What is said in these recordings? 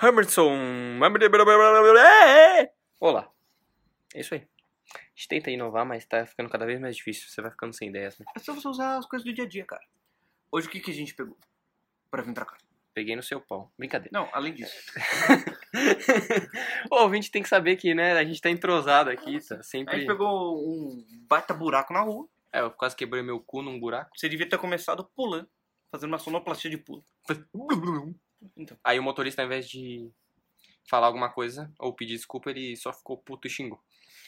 Hermerson. É, é. Olá. É isso aí. A gente tenta inovar, mas tá ficando cada vez mais difícil. Você vai ficando sem ideias, né? É só você usar as coisas do dia a dia, cara. Hoje o que, que a gente pegou pra vir pra cá? Peguei no seu pau. Brincadeira. Não, além disso. o ouvinte tem que saber que, né, a gente tá entrosado aqui, tá? A gente Sempre. pegou um baita buraco na rua. É, eu quase quebrei meu cu num buraco. Você devia ter começado pulando, fazendo uma sonoplastia de pulo. Então, Aí o motorista, ao invés de falar alguma coisa ou pedir desculpa, ele só ficou puto e xingou.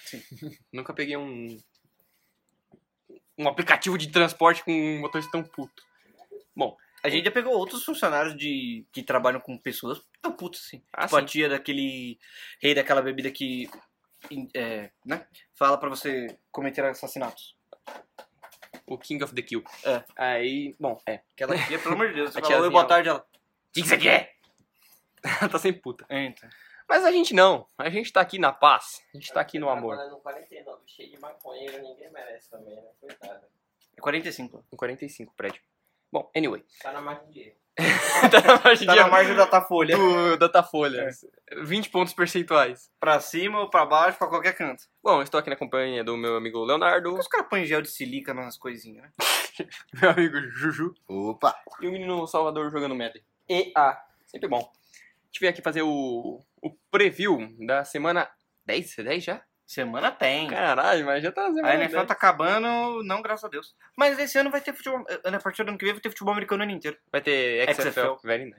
Sim. Nunca peguei um. Um aplicativo de transporte com um motorista tão puto. Tipo, a gente já pegou outros funcionários de que trabalham com pessoas tão putas assim. Ah, tipo a sim. tia daquele rei daquela bebida que em- é, né, fala pra você cometer assassinatos. O King of the Kill. É. Aí, bom, é. Aquela tia, pelo amor de Deus, A você tia fala, oi, assim, boa ó. tarde, ela. O que que você quer? Ela tá sempre puta. Entra. Mas a gente não. A gente tá aqui na paz. A gente tá aqui no amor. Trabalhando 49, cheio de maconheiro, ninguém merece tá? também, né? Coitado. É 45. Com 45 prédio. Bom, anyway. Tá na margem de erro. tá na margem Tá de na margem da Tafolha. do Tá Datafolha. 20 É. pontos percentuais. Pra cima ou pra baixo, pra qualquer canto. Bom, eu estou aqui na companhia do meu amigo Leonardo, Por que os caras põem gel de silica nas coisinhas, né? meu amigo Juju Opa! e o menino Salvador jogando Madden. EA. Sempre bom. A gente veio aqui fazer o, o preview da semana 10. É 10 já? Semana tem. Caralho, mas já tá na semana A NFL 10. tá acabando, não graças a Deus. Mas esse ano vai ter futebol. eh, A partir do ano que vem vai ter futebol americano o ano inteiro. Vai ter XFL. XFL. Very nice.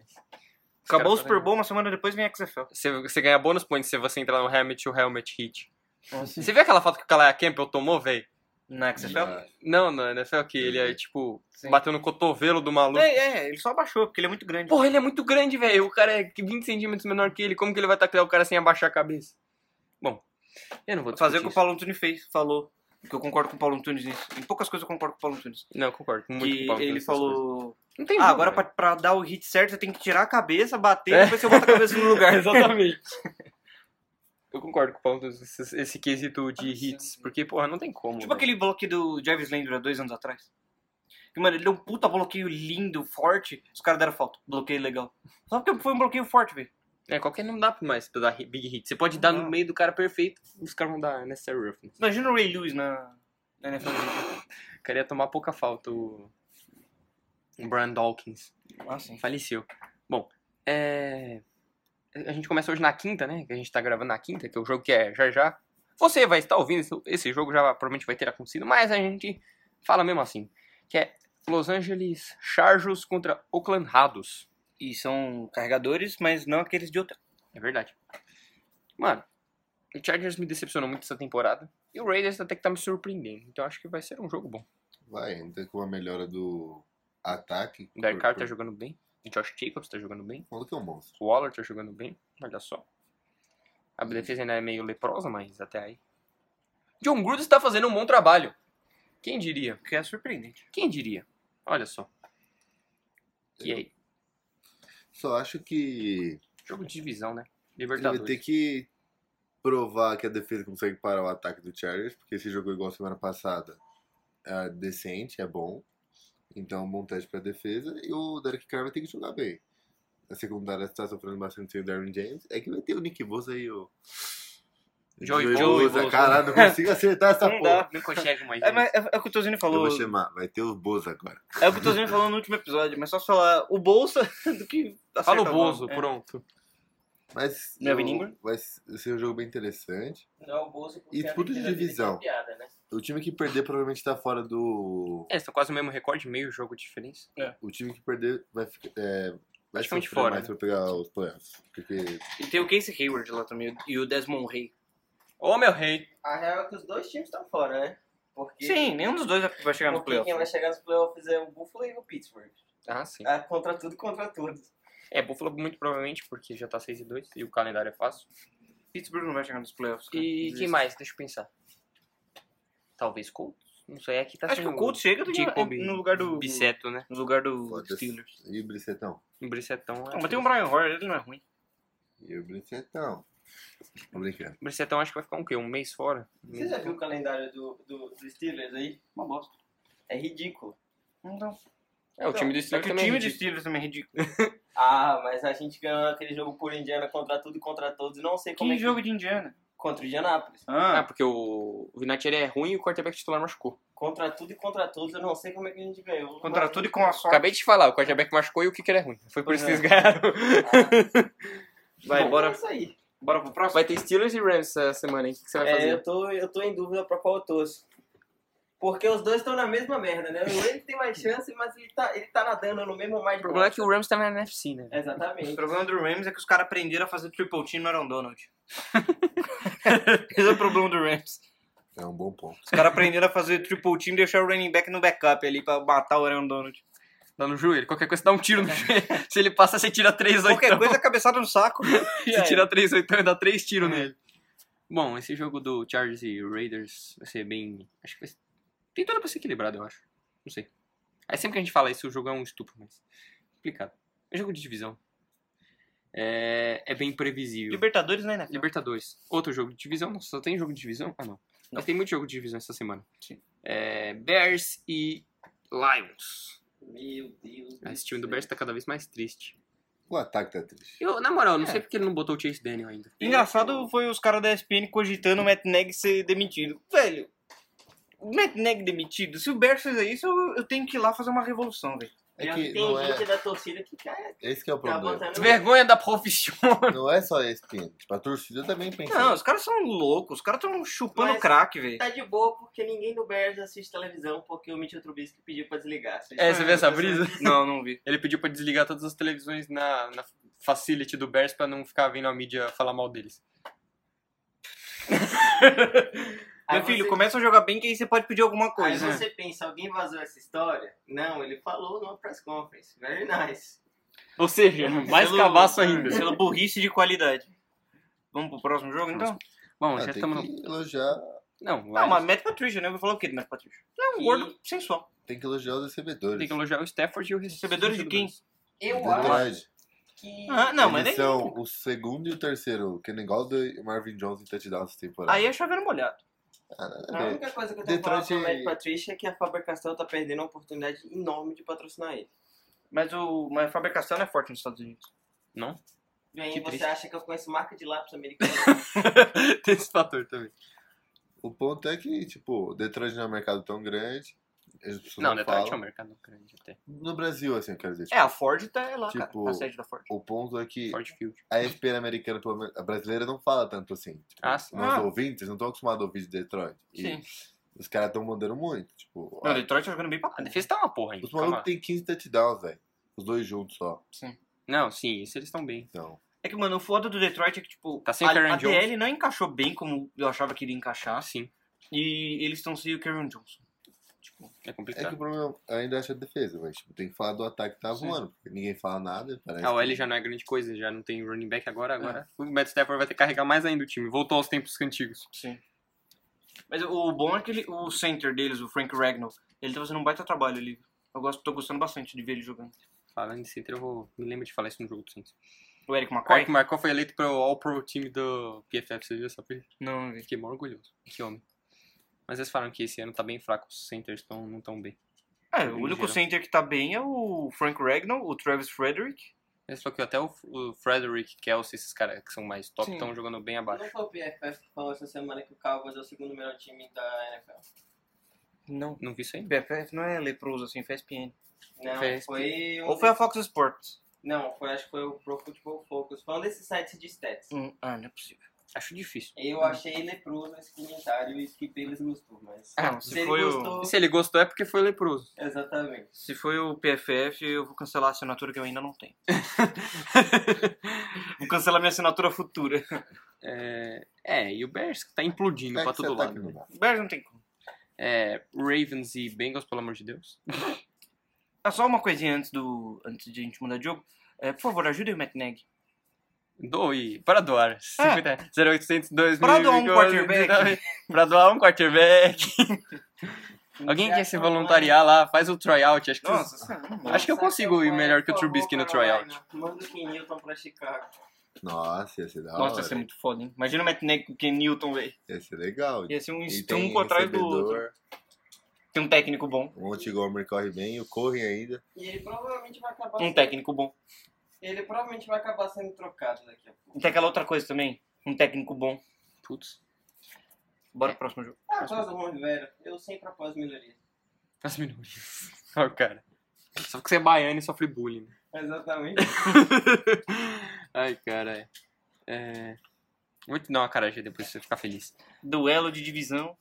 Os Acabou o caras tá Super fazem- Bowl, uma semana depois vem a XFL. Você, você ganha bônus points se você entrar no Helmet ou Helmet Hit. Você viu aquela foto que o Kalaya Campbell tomou, velho? Na XFL? Ah, Não, na NFL, que ele é tipo. Sim. Bateu no cotovelo do maluco. É, é, ele só abaixou, porque ele é muito grande. Porra, ele é muito grande, velho. O cara é 20 centímetros menor que ele. Como que ele vai taclear o cara sem abaixar a cabeça? Bom, eu não vou fazer o que discutir o Paulo Antunes fez, falou. Que eu concordo com o Paulo Antunes nisso. Em poucas coisas eu concordo com o Paulo Antunes. isso. Não, eu concordo. Muito com Que o Paulo ele nessas coisas. falou. Não tem Ah, jogo, agora pra, velho. pra dar o hit certo, você tem que tirar a cabeça, bater, É. depois você bota a cabeça no lugar. Exatamente. eu concordo com o Paulo esse, esse quesito de hits. Porque, porra, não tem como. Tipo velho. aquele bloqueio do Jarvis Landry há dois anos atrás. Que, mano, ele deu um puta bloqueio lindo, forte. Os caras deram falta. Bloqueio legal. Só porque foi um bloqueio forte, velho. É, qualquer não dá mais pra dar hi- big hit. Você pode dar no Não. meio do cara perfeito, os caras vão dar necessary roughness. Imagina o Ray Lewis na, na NFL. O cara ia tomar pouca falta, o. O Brian Dawkins. Ah, sim. Faleceu. Bom, é. A gente começa hoje na quinta, né? Que a gente tá gravando na quinta, que é o jogo que é já já. Você vai estar ouvindo, esse- esse jogo já provavelmente vai ter acontecido, mas a gente fala mesmo assim. Que é Los Angeles Chargers contra Oakland Rados. E são carregadores, mas não aqueles de hotel. É verdade. Mano, o Chargers me decepcionou muito essa temporada. E o Raiders até que tá me surpreendendo. Então acho que vai ser um jogo bom. vai, ainda com a melhora do ataque. O Derek Por- Carr tá por- jogando bem. O Josh Jacobs tá jogando bem. Maluco é um monstro. O Waller tá jogando bem. Olha só. A Uhum. defesa ainda é meio leprosa, mas até aí. John Gruden está fazendo um bom trabalho. Quem diria? O que é surpreendente. Quem diria? Olha só. E aí? Só acho que Jogo de divisão, né? ele vai ter Libertadores. que provar que a defesa consegue parar o ataque do Chargers, porque esse jogo igual semana passada é decente, é bom. Então, um bom teste pra defesa. E o Derek Carr vai ter que jogar bem. A secundária está sofrendo bastante sem o Darren James. É que vai ter o Nick Bosa aí, o. Joey Bosa. Caralho, não consigo acertar essa Não porra. dá. Não consegue mais. É, isso. mas é, é o que o Tozinho Tá Eu falou. vou chamar, vai ter o Boza agora. É o que o Tozinho falou no último episódio, mas só se falar o Bolsa do que. Fala acertar o Bozo, nome. É. pronto. Mas é Meu eu- Benigno? vai ser um jogo bem interessante. Não é o Bozo porque E a disputa de mentira dele divisão. é piada, né? O time que perder provavelmente tá fora do. É, estão quase o mesmo recorde, meio jogo de diferença. O time que perder vai ficar. É... Vai Praticamente sofrer fora, mais né? pra pegar os playoffs. Porque É. E tem o Casey Hayward lá também, e o Desmond Ray. Ô, meu rei. A real é que os dois times estão fora, né? Porque, Sim, nenhum dos dois vai chegar no porque playoff. quem vai chegar nos playoffs é o Buffalo e o Pittsburgh. Ah, sim. Ah, contra tudo, contra tudo. É, Buffalo muito provavelmente, porque já tá 6 e 2 e o calendário é fácil. Pittsburgh não vai chegar nos playoffs. cara. E Desiste. quem mais? Deixa eu pensar. Talvez Colts? Não sei, é que tá Acho que sendo o Colts chega do- Jacob no lugar do. Biceto, né? No lugar do Foda-se. Steelers. E o Bricetão? O Bricetão é... Não, mas tem o Brian Hoyer, ele não é ruim. E o Bricetão? Tô brincando. O Bricetão acho que vai ficar um quê? Um mês fora? Você já viu o calendário do, do, do Steelers aí? Uma bosta. É ridículo. Então, É, o time do É Steelers que o também. time é do ridículo. Steelers também é ridículo. Ah, mas a gente ganhou aquele jogo por Indiana contra tudo e contra todos. Não sei como Que é que... jogo de Indiana? Contra o Indianápolis. Ah, Ah, porque o Vinatieri é ruim e o quarterback titular machucou. Contra tudo e contra todos. Eu não sei como é que a gente ganhou. contra tudo e com a sorte. Acabei de falar, o quarterback machucou e o kicker é ruim. Foi por Tá. isso Pois é. que eles ganharam. Vai, Bom, bora. É isso aí. Bora pro próximo? Vai ter Steelers e Rams essa semana, hein? O que que você vai É, fazer? eu tô, eu tô em dúvida pra qual eu torço. Porque os dois estão na mesma merda, né? O Wayne tem mais chance, mas ele tá, ele tá nadando no mesmo mar O de problema é bosta. que o Rams tá na NFC, né? O Exatamente. problema do Rams é que os caras aprenderam a fazer triple team no Aaron Donald. Esse é o problema do Rams. É um bom ponto. Os caras aprenderam a fazer triple team e deixar o running back no backup ali pra matar o Aaron Donald. Dá Tá no joelho. Qualquer coisa, você dá um tiro no joelho. Se ele passa, você tira três É. Qualquer oitão. coisa é cabeçada no saco. Você tira três oitão e É. dá três tiros nele. Bom, esse jogo do Chargers e Raiders vai ser bem... Acho que vai ser... Tem tudo pra ser equilibrado, eu acho. Não sei. Aí sempre que a gente fala isso, o jogo é um estupro, mas... Complicado. É jogo de divisão. É, é bem previsível. Libertadores, né, né? Libertadores. Outro jogo de divisão? Nossa, só tem jogo de divisão? Ah, não. Mas tem muito jogo de divisão essa semana. Sim. É, Bears e Lions. Meu Deus. do Esse time do Bears tá cada vez mais triste. O ataque tá triste. Eu, na moral, não É. sei porque ele não botou o Chase Daniel ainda. Engraçado foi os caras da ESPN cogitando o Matt Neg ser demitido. Velho, o Matt Neg demitido? Se o Bears fizer isso, eu, eu tenho que ir lá fazer uma revolução, velho. É céu. que tem não gente é. da torcida que cara, Esse que é o tá problema. botando... Vergonha da profissão. Não é só esse pino. Tipo, a torcida também pensa. Não, os caras são loucos. Os caras tão chupando Mas- crack, velho. Tá de boa porque ninguém do Bears assiste televisão porque o Mitchell Trubisky pediu pra desligar. Vocês É, você Ah, vê essa brisa? Não, não vi. Ele pediu pra desligar todas as televisões na, na facility do Bears pra não ficar vendo a mídia falar mal deles. Aí Meu filho, você- começa a jogar bem que aí você pode pedir alguma Aí coisa. você pensa, alguém vazou essa história? Não, ele falou numa press conference. Very nice. Ou seja, mais Pelo- cabaço ainda. Pela burrice de qualidade. Vamos pro próximo jogo, então? Bom, Ah, já tem estamos no... que elogiar, Não, Não, vai. mas Matt Patricia, né? Eu vou falar o quê do Matt Patricia? Ele é um Que- gordo sensual. tem que elogiar os recebedores. Tem que elogiar o Stafford e o Recebedores de quem? Eu acho Verdade. que... Ah, não, mas Eles nem... são o segundo e o terceiro. Kenny Golladay e Marvin Jones em touchdowns essa temporada. Aí é chover molhado. Ah, nada a A ver. única coisa que eu tenho que falar Detroit pro Matt e- Patrícia é que a Faber-Castell tá perdendo uma oportunidade enorme de patrocinar ele. Mas o mas Faber Castell não é forte nos Estados Unidos. E aí Que você triste. acha que eu conheço marca de lápis americano? Tem esse fator também. O ponto é que, tipo, Detroit não é um mercado tão grande. as pessoas Não, Detroit é um falam. mercado grande até. No Brasil, assim, eu quero dizer. É, a Ford tá lá, Tipo- cara. A sede da Ford. O ponto é que Ford Field. a ESPN americana, pelo menos, a brasileira, não fala tanto assim. Tipo, Ah, sim. Nós Ah. ouvintes não estão acostumados a ouvir de Detroit. E Sim. os caras estão mandando muito. Tipo, Não, ah, o Detroit tá jogando bem pra A caralho. defesa tá uma porra ainda. os malucos calma. têm 15 touchdowns, velho. Os dois juntos só. Não, sim, isso eles estão bem. Então, É que, mano, o foda do Detroit é que, tipo, Tá sem a, Karen a Jones. DL não encaixou bem como eu achava que iria encaixar. Ah, Sim, E eles estão sem o Karen Johnson. é é que o complicado. problema eu ainda acho a defesa, mas tipo, tem que falar do ataque que tá Sim. voando. Porque ninguém fala nada. Parece A OL que- já não é grande coisa, já não tem running back agora. agora É. O Matt Stafford vai ter que carregar mais ainda o time. Voltou aos tempos antigos. Sim. Mas o bom é que ele- o center deles, o Frank Ragnall, ele tá fazendo um baita trabalho ali. Eu gosto, tô gostando bastante de ver ele jogando. Falando em center, eu vou... me lembro de falar isso no jogo do Saints. O Eric O McCoy? Eric Markov foi eleito pro All-Pro time do PFF, você viu essa coisa? Não, não vi. Fiquei mó orgulhoso. Que homem. Mas eles falaram que esse ano tá bem fraco, os centers tão, não tão bem. É, Em o único geral. center que tá bem é o Frank Ragnall, o Travis Frederick. Eles falaram que até o, o Frederick, Kelsey, esses caras que são mais top, Sim. estão jogando bem abaixo. Não foi o PFF que falou essa semana que o Cowboys é o segundo melhor time da NFL. Não. Não vi isso ainda. BFF não é leproso, assim, foi SPN. Não, Foi- foi... um Ou foi a Fox Sports? Não, foi, acho que foi o Pro Football Focus. Foi um desses sites de stats. Hum, ah, não é possível. Acho difícil. Eu achei leproso esse comentário e que eles gostou, mas... Ah, não, se Se ele foi o... gostou, Se ele gostou é porque foi leproso. exatamente. Se foi o PFF, eu vou cancelar a assinatura que eu ainda não tenho. vou cancelar minha assinatura futura. É, é, e o Bears que tá implodindo É pra né? que todo esse lado. ataque não dá. Bears não tem como. É, Ravens e Bengals, pelo amor de Deus. Ah, só uma coisinha antes do antes de a gente mudar de jogo. É, por favor, ajudem o Matt Nagy. Doe, para doar. 50, 0800, 2000. Pra doar um quarterback. para doar um quarterback. Alguém Já quer se falou, voluntariar lá, faz o tryout. Acho que, Nossa, senhora, não dá. acho que eu consigo ir melhor que o Por favor, Trubisky no Carolina, tryout. Manda o Ken Newton pra Chicago. Nossa, ia ser da Nossa, ia hora. ser muito foda, hein? Imagina o Matt Nagy com o Ken Newton, velho. Ia ser legal. Ia ser um E estunco tem atrás do recebedor. outro. Tem um técnico bom. O Montgomery corre bem, o Corre ainda. E ele provavelmente vai acabar. Um técnico bom. Ele provavelmente vai acabar sendo trocado daqui a pouco. E tem aquela outra coisa também. Um técnico bom. Putz. Bora pro próximo jogo. Ah, após o Ron Velho, eu sempre após melhoria. As minorias. Olha o cara. Só porque você é baiano e sofre bullying. né? Exatamente. Ai, caralho. É... Vou te dar uma cara depois pra você ficar feliz. Duelo de divisão.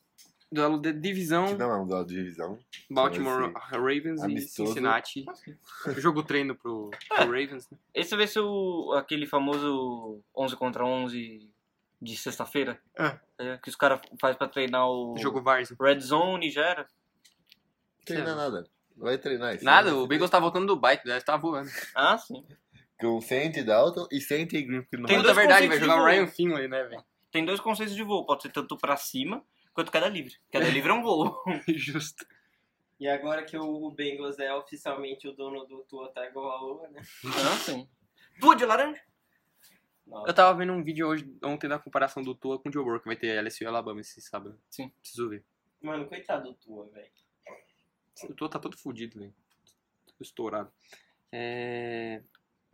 Duelo de divisão, Que não é um duelo de divisão. Baltimore vai Ravens amistoso. e Cincinnati. Jogo treino pro, pro Ravens. né? Esse vai ser o, aquele famoso 11 contra 11 de sexta-feira. É. que os caras fazem pra treinar o Jogo Varsa. Red Zone já era. Treinar nada. Vai treinar isso. né? Nada, o Bengals tá voltando do bike, deve estar voando. Ah, sim. Com Sandy Dalton e Sandy Green, porque não Tem Tem vai da dois verdade, vai conceitos jogar de o voo. Ryan Finley, né, velho? Tem dois conceitos de voo. Pode ser tanto pra cima quanto cada livre. Cada livre é um voo. Justo. e agora que o Bengals é oficialmente o dono do Tua Tagovailoa, né? Ah, sim. Tua de laranja. Nossa. Eu tava vendo um vídeo hoje, ontem da comparação do Tua com o Joe Burrow, que vai ter LSU e Alabama esse sábado. Sim. Preciso ver. Mano, coitado do Tua, velho. O Tua tá todo fudido, velho. Todo estourado. É...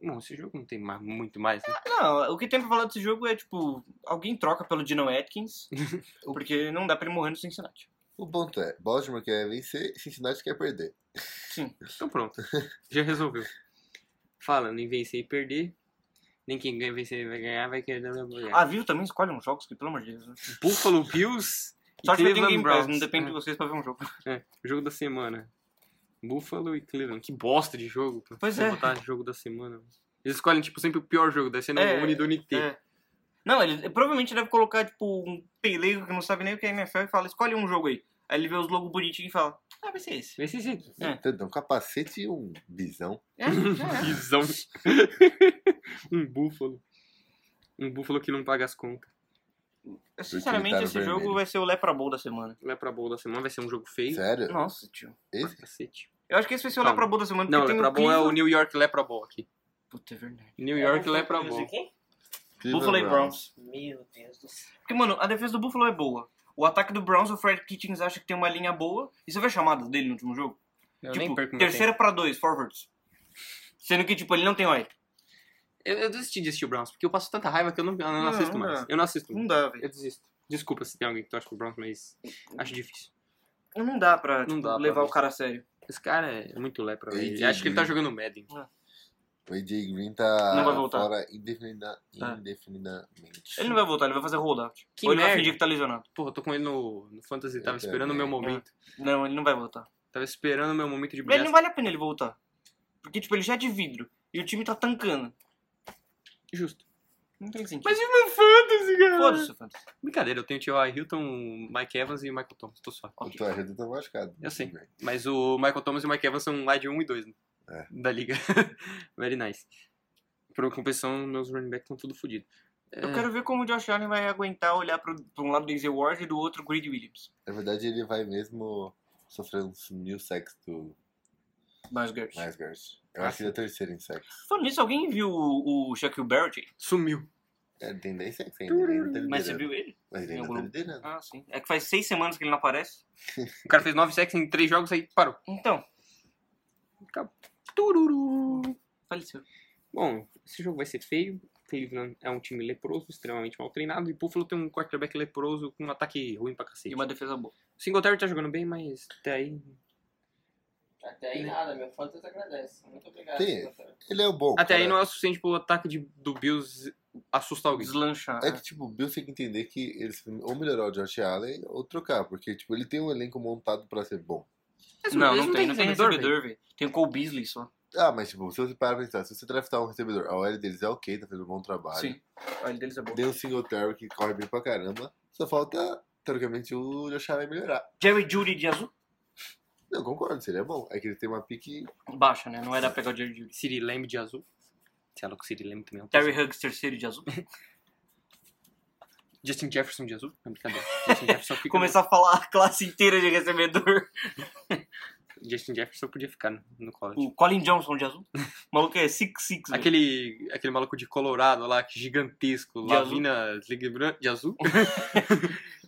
Não, esse jogo não tem mais, muito mais, né? Não, o que tem pra falar desse jogo é, tipo, alguém troca pelo Dino Atkins, porque não dá pra ele morrer no Cincinnati. O ponto é, Baltimore quer vencer, Cincinnati quer perder. Então pronto. Já resolveu. Falando em vencer e perder, nem quem ganha vencer vai ganhar, vai querer dar mulher. A Ah, Vivo também escolhe uns jogos que, pelo amor de Deus. né? Buffalo Bills e É. Sorte que tem Cleveland Game Pass, Browns. não depende de vocês pra ver um jogo. O Jogo da semana. Buffalo e Cleveland. Que bosta de jogo. pô. Pois Você é. botar jogo da semana. Eles escolhem, tipo, sempre o pior jogo. Deve ser no É, Uni do NT. é. Não, ele provavelmente deve colocar, tipo, um pelego que não sabe nem o que é NFL e fala, escolhe um jogo aí. Aí ele vê os logos bonitinhos e fala, ah, vai ser esse. Vê se gente. É. Então, um capacete e um bisão. É, é. Visão. um Buffalo. Um Buffalo que não paga as contas. tá Sinceramente, esse vermelho. jogo vai ser o Lepra Bowl da semana. Não é pra boa da semana, vai ser um jogo feio. Sério? Nossa, tio. Pra Esse? cacete. Eu acho que esse vai ser o Não. Lepra Bowl da semana, Não, porque Um tem Lepra o Bowl é o Cleveland- New York Lepra Bowl aqui. Puta, é verdade. New York É, Lepra não sei Bowl. quem? Cleveland Buffalo e Browns. Meu Deus do céu. Porque, mano, a defesa do Buffalo é boa. O ataque do Browns, o Fred Kitchens acha que tem uma linha boa. E você vê a chamada dele no último jogo? Eu tipo, nem perco meu tempo. terceira pra dois, forwards. Sendo que, tipo, ele não tem OL. Eu, eu desisti de assistir o Browns, porque eu passo tanta raiva que eu não, eu não Não, assisto não mais. dá. Hum. Eu não assisto mais. Não dá, velho. Eu desisto. Desculpa se tem alguém que torce pro Browns, mas acho difícil. Não dá pra tipo, Não dá pra levar ver. o cara a sério. Esse cara é muito lepra, Ele velho. de- Acho que ele tá jogando Madden. O AJ Green tá Não vai voltar. fora indefinida, Tá. indefinidamente. Ele não vai voltar, ele vai fazer rollout. Que Ou ele vai merda. fingir que tá lesionado. Porra, eu tô com ele no, no Fantasy, Eu tava esperando o meu também. momento. Não, ele não vai voltar. Tava esperando o meu momento de Ele brilhar. não vale a pena ele voltar. Porque, tipo, ele já é de vidro. E o time tá tancando. Justo. Não tem sentido. Mas e meu Fantasy, cara? Foda-se, Fantasy. Brincadeira, eu tenho o T.Y. Hilton, Mike Evans e Michael Thomas, tô só. O Torredo tá machucado. Eu sei. Mas o Michael Thomas e o Mike Evans são lá de 1 e 2, né? É. Da liga. Very nice. Por compensação, meus running backs estão tudo É, fodidos. Eu quero ver como o Josh Allen vai aguentar olhar pro, pra um lado do Daisy Ward e do outro Greed Williams. Na verdade, ele vai mesmo sofrer uns mil sacks do Mas, Gert. Nice Girls. Eu acho que ele é o terceiro em sacks. Falando nisso, alguém viu o, o Shaquille Barrett? Sumiu. É, tem 10 sacks ainda. ele ainda tá Mas você liderando. viu ele? Mas ele em ainda algum tá lugar? liderando. Ah, sim. É que faz seis semanas que ele não aparece. O cara fez 9 sacks em 3 jogos, aí parou. Então, Tururu. faleceu. Bom, esse jogo vai ser feio. Cleveland é um time leproso, extremamente mal treinado. E Buffalo tem um quarterback leproso com um ataque ruim pra E cacete. uma defesa boa. O Singletary tá jogando bem, mas até aí. Até aí nada, meu fantasy agradece. Muito obrigado. Sim. Rafael. Ele é o bom. Até aí cara. não é o suficiente pro ataque de- do Bills assustar alguém. Deslanchar. É que, tipo, o Bills tem que entender que eles ou melhorar o Josh Allen ou trocar, porque, tipo, ele tem um elenco montado pra ser bom. Mas Não, eles um- não tem, não tem recebedor, recebedor, velho. Tem o Cole Beasley só. Ah, mas, tipo, se você parar pra pensar, se você draftar um recebedor, a OL deles é ok, tá fazendo um bom trabalho. Sim. Olha, deles é bom. Tem o Singletary que corre bem pra caramba, só falta, teoricamente, o Josh Allen melhorar. Jerry Judy de azul? Não, concordo, seria bom. É que ele tem uma pique... Baixa, né? Não era pra pegar o Jerry Judy. velho. Siri Lamb de azul. Sei lá que o Siri Lamb também é um. Terry Huggs, terceiro de azul. Justin Jefferson de azul? Não, brincadeira. Justin Jefferson fica. Começar a falar a classe inteira de recebedor. Justin Jefferson podia ficar no- no college. O Colin Johnson de azul. O maluco é 6'6", velho. Aquele, aquele maluco de Colorado lá, que é gigantesco, De Lavina Ligbrand- de azul.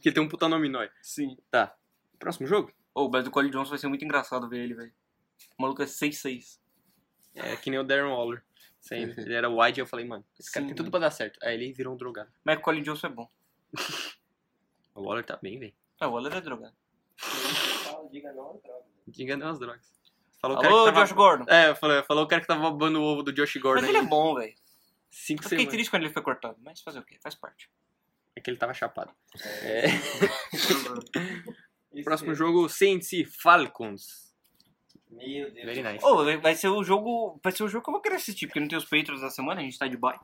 que tem um puta nome nóis. Sim. Tá. Próximo jogo? Ô, o Brasil Cole Johnson vai ser muito engraçado ver ele, velho. O maluco é 6'6". É que nem o Darren Waller. Sem- Ele era wide e eu falei, mano, esse cara Uhum. Sim, tem tudo mano. pra dar certo. Aí ele virou um drogado. Mas o Cole Johnson é bom. O Waller tá bem, velho. É, o Waller é drogado. Fala, diga não, droga. Diga não as drogas. Falou o Alô, cara que tava... Josh Gordon. É, falou, falou o cara que tava babando o ovo do Josh Gordon. Mas ele é aí. bom, velho. Cinco Eu fiquei semanas. triste quando ele foi cortado, mas fazer o quê? Faz parte. É que ele tava chapado. É. Isso Próximo mesmo. jogo, Saints e Falcons. Meu Deus. Very nice. Ô, vai- vai ser o jogo. Vai ser o jogo que eu vou querer assistir, porque não tem os Patriots da semana, a gente tá de bye.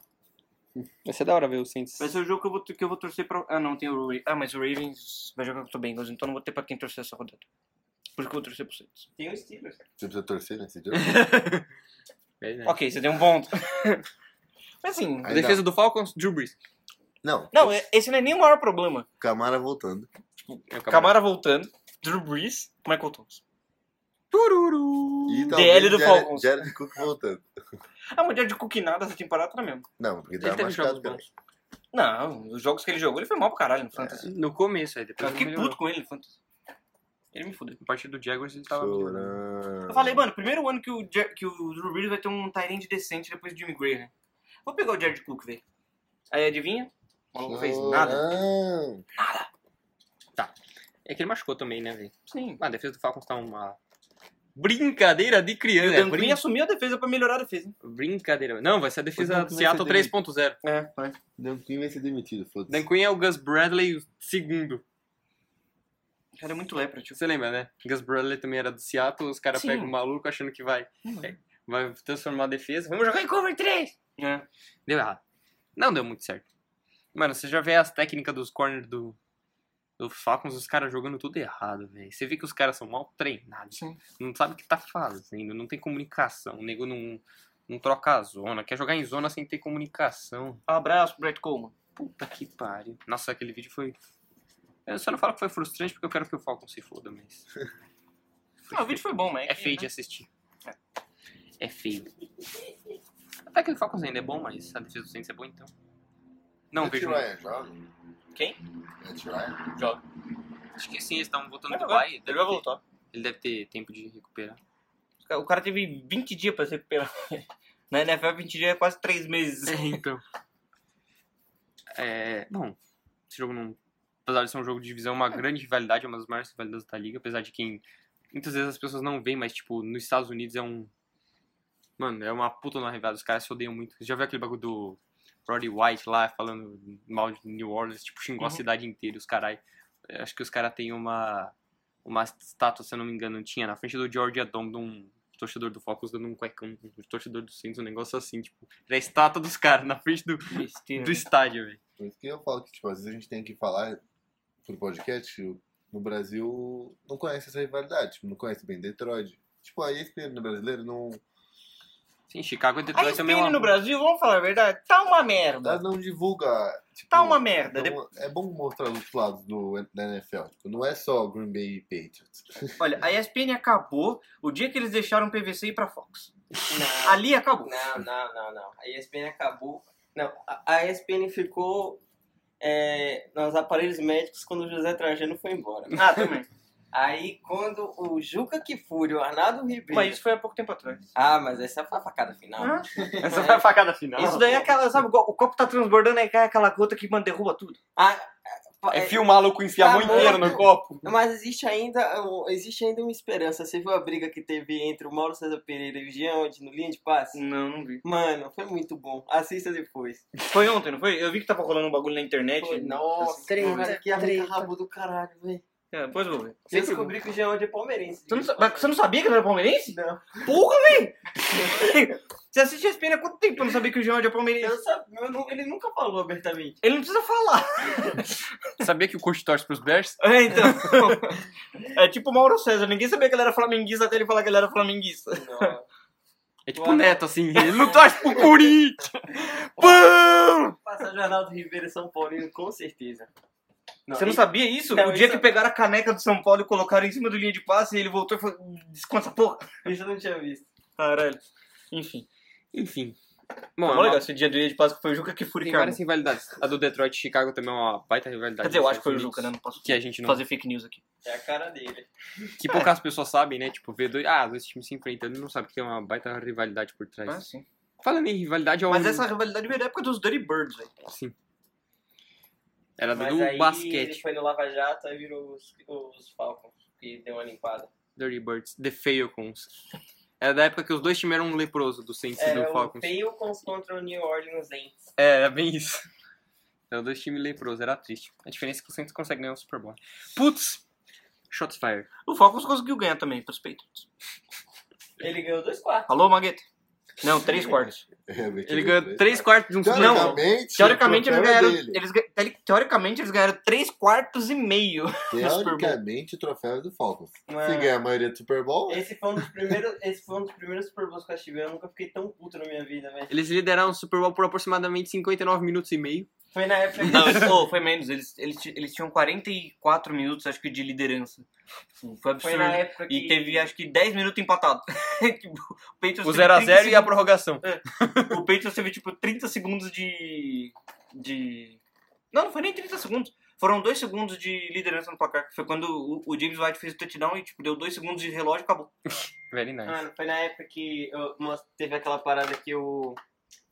Vai ser da hora ver o Saints. Vai ser é o jogo que eu vou, que eu vou torcer pra. Ah, não, tem o Ravens. Ah, mas o Ravens vai jogar contra o Bengals, então não vou ter pra quem torcer essa rodada. Por isso que eu vou torcer pro Saints. Tem o Steelers. cara. Você precisa torcer nesse jogo? Very nice. Ok, você tem um ponto. mas assim. A defesa do Falcons, Drew Brees. Não, Não, é- esse não é nem o maior problema. Camara voltando. É o Camara. Camara voltando, Drew Brees, Michael Thomas. Tururu. E DL do Jared- Falcons. Jared Cook voltando. A mulher de coquinada essa temporada tá mesmo. Não, porque Ele tá teve jogos machucado, cara. bons. Não, os jogos que ele jogou, ele foi mal pro caralho no Fantasy. No começo, aí eu depois fiquei É, ele puto melhorou. com ele no Fantasy. Ele me fudeu. A partir do Jaguars ele tava melhorando. Chorando. Eu falei, mano, primeiro ano que o, Jer- que o Drew Brees vai ter um Tyrande decente depois do Jimmy Graham. Vou pegar o Jared Cook, velho. Aí adivinha? O maluco fez nada. Chorão. É que ele machucou também, né, velho? Sim. Ah, a defesa do Falcons tá uma brincadeira de criança. O Dan né? Quinn Brin- assumiu a defesa pra melhorar a defesa. Brincadeira. Não, vai ser a O defesa Dan do Quinn vai Seattle ser demitido. 3.0. É, vai. Dan Quinn vai ser demitido, Dan foda-se. Quinn é o Gus Bradley o segundo. O cara é muito lepra, tio. Você lembra, né? Gus Bradley também era do Seattle. Os caras Sim. pegam o maluco achando que vai, Não vai. é, vai transformar a defesa. Vamos jogar em cover 3! É. Deu errado. Não deu muito certo. Mano, você já vê as técnicas dos corners do, do Falcons, os caras jogando tudo errado, velho. Você vê que os caras são mal treinados. Sim. Não sabe o que tá fazendo, não tem comunicação. O nego não, não troca a zona. Quer jogar em zona sem ter comunicação. Abraço, Brett Coleman. Puta que pariu. Nossa, aquele vídeo foi. Eu só não falo que foi frustrante porque eu quero que o Falcon se foda, mas. Ah, o vídeo foi bom, mas... É feio de assistir. É feio. Até que o Falcons ainda é bom, mas a defesa do Saints é boa então. Não Matt vejo. Ryan joga? Quem? Matt Ryan? Acho que sim, eles estavam voltando Mas do não Dubai. Ele vai voltar. Ele deve ter tempo de recuperar. O cara teve 20 dias pra se recuperar. Na NFL, 20 dias é quase 3 meses. então. É, bom, esse jogo não. Apesar de ser um jogo de divisão, é uma grande rivalidade, é uma das maiores rivalidades da liga, apesar de que muitas vezes as pessoas não veem, mas tipo, nos Estados Unidos é um. Mano, é uma puta na rivalidade, os caras se odeiam muito. Você já viu aquele bagulho do Roddy White lá falando mal de New Orleans, tipo, xingou a Uhum. cidade inteira, os caras. Acho que os caras têm uma. Uma estátua, se eu não me engano, tinha na frente do Georgia Dome de um torcedor do Falcons dando um cuecão, um torcedor do Saints, um negócio assim, tipo, era a estátua dos caras na frente do, Besteira. do estádio, velho. Por isso que eu falo que, tipo, às vezes a gente tem que falar por podcast, tipo, no Brasil não conhece essa rivalidade, tipo, não conhece bem Detroit. Tipo, a ESPN no brasileiro não... Sim, Chicago e A Detroit também é ESPN uma... no Brasil, vamos falar a verdade, tá uma Ela merda. não divulga, tipo... Tá uma merda. De- não- É bom mostrar os lados do, da NFL. Tipo, não é só Green Bay e Patriots. Olha, a ESPN acabou o dia que eles deixaram o PVC ir pra Fox. Não. Ali acabou. Não, não, não, não. A ESPN acabou. Não, a- a ESPN ficou é, nos aparelhos médicos quando o José Trajano foi embora. Ah, também. Aí quando o Juca Kifuri, o Arnaldo Ribeiro. Mas isso foi há pouco tempo atrás. Ah, mas essa foi a facada final. Ah, Essa foi a facada final. Isso daí é aquela, sabe, o copo tá transbordando aí cai aquela gota que mano, derruba tudo. Ah, É fio maluco enfiar a mão Tá inteira no bom. copo. Mas existe ainda, um- existe ainda uma esperança. Você viu a briga que teve entre o Mauro César Pereira e o Jean ontem no linha de passe? Não, não vi. Mano, foi muito bom. Assista depois. Foi ontem, não foi? Eu vi que tava rolando um bagulho na internet. Foi- É nossa, Treta, cara, que arranca-rabo do caralho, velho. É, depois eu vou ver. Eu descobri que o Jean hoje é palmeirense. Você não, sa- mas você não sabia que ele era palmeirense? Não. Porra, velho! você assiste a ESPN há quanto tempo pra não saber que o Jean é Eu palmeirense? não sabia, eu não- ele nunca falou abertamente. Ele não precisa falar. Sabia que o coach torce pros Bears? É, então. é tipo o Mauro César. Ninguém sabia que ele era flamenguista até ele falar que ele era flamenguista. Não. É tipo o Neto, assim, ele não torce pro Corinthians. Pão! Passar jornal do Ribeiro e São Paulino, com certeza. Você não e- sabia isso? Não, o dia isso- que pegaram a caneca do São Paulo e colocaram em cima do linha de passe, ele voltou e falou: Desconta essa porra. Isso eu não tinha visto. Caralho. Enfim. Enfim, Bom, é Mó uma- legal, esse dia do dia de Páscoa foi o Juca que tem furicou. várias rivalidades. A do Detroit e Chicago também é uma baita rivalidade. Quer dizer, eu nos acho que foi o Estados Juca, né? Unidos, Não posso Que a gente não. fazer fake news aqui. É a cara dele. Que poucas pessoas sabem, né? Tipo, ver dois. Ah, dois times se enfrentando não sabe que tem uma baita rivalidade por trás. Mas, sim. Falando em rivalidade, é um... Mas essa rivalidade veio da época dos Dirty Birds, velho. Sim. Tá Era do Mas aí ele basquete. foi no Lava Jato e virou os, os Falcons, que deu uma limpada. Dirty Birds. The Falcons. Era da época que os dois times eram um leproso do Saints É, e do Era É, o Falcons. Falcons contra o New Orleans Saints. É, era bem isso. Eram dois times leprosos, era triste. A diferença é que o Saints consegue ganhar o Super Bowl. Putz! Shots fired. O Falcons conseguiu ganhar também pros Patriots. Ele ganhou dois quartos. Alô, Maguete? Não, três É. quartos. É, Ele ganhou 3 quartos de um Super Bowl. Teoricamente, Teoricamente o eles troféu é ganharam. dele. Eles, ga- tele- teoricamente eles ganharam três quartos e meio. Teoricamente, o troféu é do Falcons. Mas- Se ganhar a maioria do Super Bowl, Esse foi um dos primeiros, esse foi um dos primeiros Super Bowls que eu estive. Eu nunca fiquei tão puto na minha vida, velho. Eles lideraram o Super Bowl por aproximadamente 59 minutos e meio. Foi na época que Não, eles- oh, foi menos. Eles, eles, ti- eles tinham 44 minutos, acho que, de liderança. Assim, Foi Foi absurdo. na época que. E teve, acho que, 10 minutos empatado. Tipo, o Patriots O teve 30 0x0 e a prorrogação. O Patriots teve, tipo, 30 segundos de. de. Não, não foi nem 30 segundos. Foram 2 segundos de liderança no placar. que Foi quando o, o James White fez o touchdown e, tipo, deu 2 segundos de relógio e acabou. Very nice. Ah, Mano, foi na época que eu- mos- teve aquela parada que o,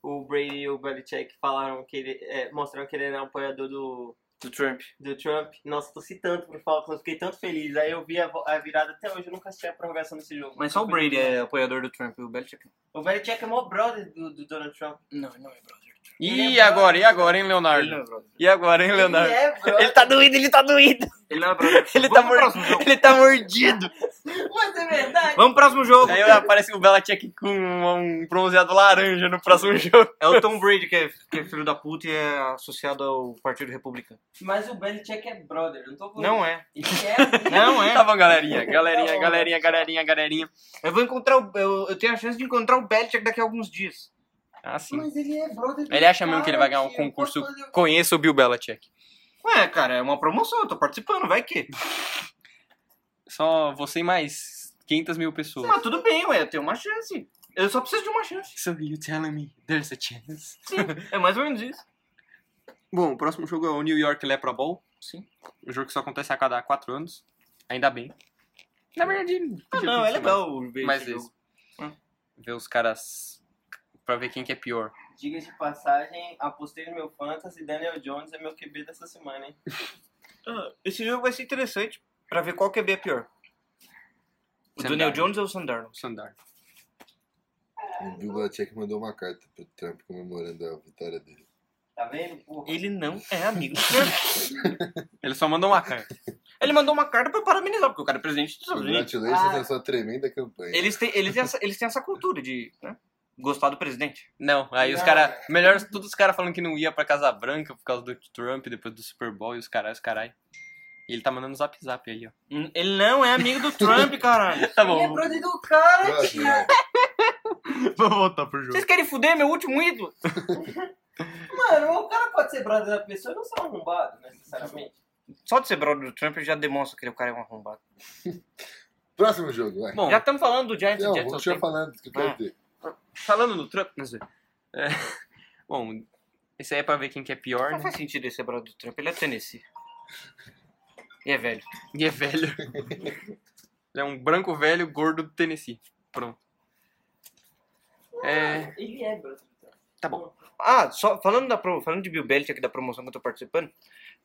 o Brady e o Belichick falaram que ele. é, mostraram que ele era um apoiador do, Do Trump. do Trump. Nossa, torci tanto pro Falcons, eu fiquei tanto feliz. Aí eu vi a, vo- a virada até hoje, eu nunca assisti a prorrogação desse jogo. Tipo, Mas só o Brady é apoiador do Trump e o Belichick. O Belichick é o maior brother do, do Donald Trump. Não, ele não é brother do Trump. E agora, e agora, hein, Ele não Leonardo? é brother. E agora, hein, Leonardo? Ele é brother. tá doído, ele tá doído. Ele não é brother. Ele tá, Vamos pro mor... próximo jogo. ele tá mordido. Mas é verdade. Vamos pro próximo jogo. Aí aparece o Belichick com um bronzeado laranja no próximo jogo. É o Tom Brady que é, que é filho da puta e é associado ao Partido Republicano. Mas o Belichick é brother, eu não tô falando. Não é. Ele é. Não é. Tá bom, galerinha. Tá Galerinha, bom. galerinha, galerinha, galerinha. Eu vou encontrar o. Eu, eu tenho a chance de encontrar o Belichick daqui a alguns dias. Ah, sim. Mas ele é brother do Ele acha mesmo que ele vai cara, ganhar um tio. Eu posso concurso fazer o- Conheça o Bill Belichick. Ué, cara, é uma promoção, eu tô participando, vai que. Só você e mais 500 mil pessoas. Ah, tudo bem, ué, eu tenho uma chance. Eu só preciso de uma chance. So you telling me there's a chance? Sim, é mais ou menos isso. Bom, o próximo jogo é o New York Lepra Bowl. Sim. Um jogo que só acontece a cada 4 anos. Ainda bem. Na verdade, Ah, podia não, é acontecer legal mais, ver Ah. mais esse vezes. jogo. Hum. Ver os caras. Pra ver quem que é pior. Diga de passagem, apostei no meu fantasy, Daniel Jones é meu QB dessa semana, hein? Ah, esse jogo vai ser interessante pra ver qual QB é pior. O Sam Daniel Darnold. Jones ou o Sandarno? Sandar. o Bill Belichick mandou uma carta pro Trump comemorando a vitória dele. Tá vendo? Porra. Ele não é amigo. do Trump. Ele só um mandou uma carta. Ele mandou uma carta pra parabenizar, porque o cara é presidente dos Estados Unidos. Congratulations Ah. na sua tremenda campanha. Eles têm, eles têm, essa, eles têm essa cultura de né, gostar do presidente. Não, aí os Não. caras. Melhor todos os caras falando que não ia pra Casa Branca por causa do Trump depois do Super Bowl e os caras, os carai. E ele tá mandando zap zap aí, ó. Hum, Ele não é amigo do Trump, caralho. Tá Ele é bom, brother do cara, Próximo, tio. né? vamos voltar pro jogo. Vocês querem fuder meu último ídolo? Mano, o cara pode ser brother da pessoa e não ser arrombado, necessariamente. Só de ser brother do Trump ele já demonstra que o cara é um arrombado. Próximo jogo, vai. Bom, Já estamos falando do Giants não, e Jets. vamos eu já falando do que eu quero Ah. dizer. falando do Trump. Não sei. É, bom, esse aí é pra ver quem que é sei. pior, Não né? faz sentido ele ser brother do Trump, ele é Tennessee. E é velho. E é velho. Ele é um branco velho gordo do Tennessee. Pronto. É. Ele é brother do cara. Tá bom. Ah, só falando, da pro- falando de Bill Belichick, da promoção que eu tô participando,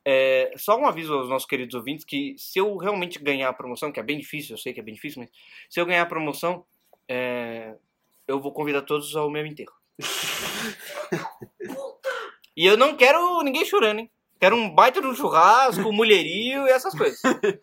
é, só um aviso aos nossos queridos ouvintes que se eu realmente ganhar a promoção, que é bem difícil, eu sei que é bem difícil, mas se eu ganhar a promoção, é, eu vou convidar todos ao meu enterro. e eu não quero ninguém chorando, hein? Quero um baita de um churrasco, mulherio e essas coisas. Chega.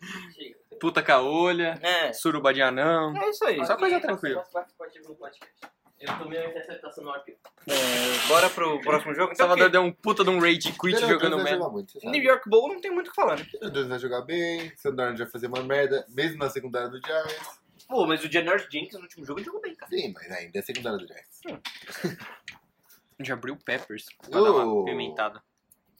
Puta caolha, É, suruba de Então anão. é isso aí. Só coisa tranquila. Eu sou mais participativo no podcast. Eu tomei uma interceptação no arquivo. É, bora pro próximo jogo. Então, Salvador porque deu um puta de um rage quit Daniel jogando Jones vai merda. jogar muito, você sabe. New York Bowl não tem muito o que falar, né? Daniel Jones vai jogar bem, Sam Darnold vai fazer uma merda, mesmo na secundária do Giants. Pô, mas o Janoris Jenkins no último jogo ele jogou bem, cara. Sim, mas ainda é secundária do Giants. Já abriu peppers pra dar uma Oh. pimentada.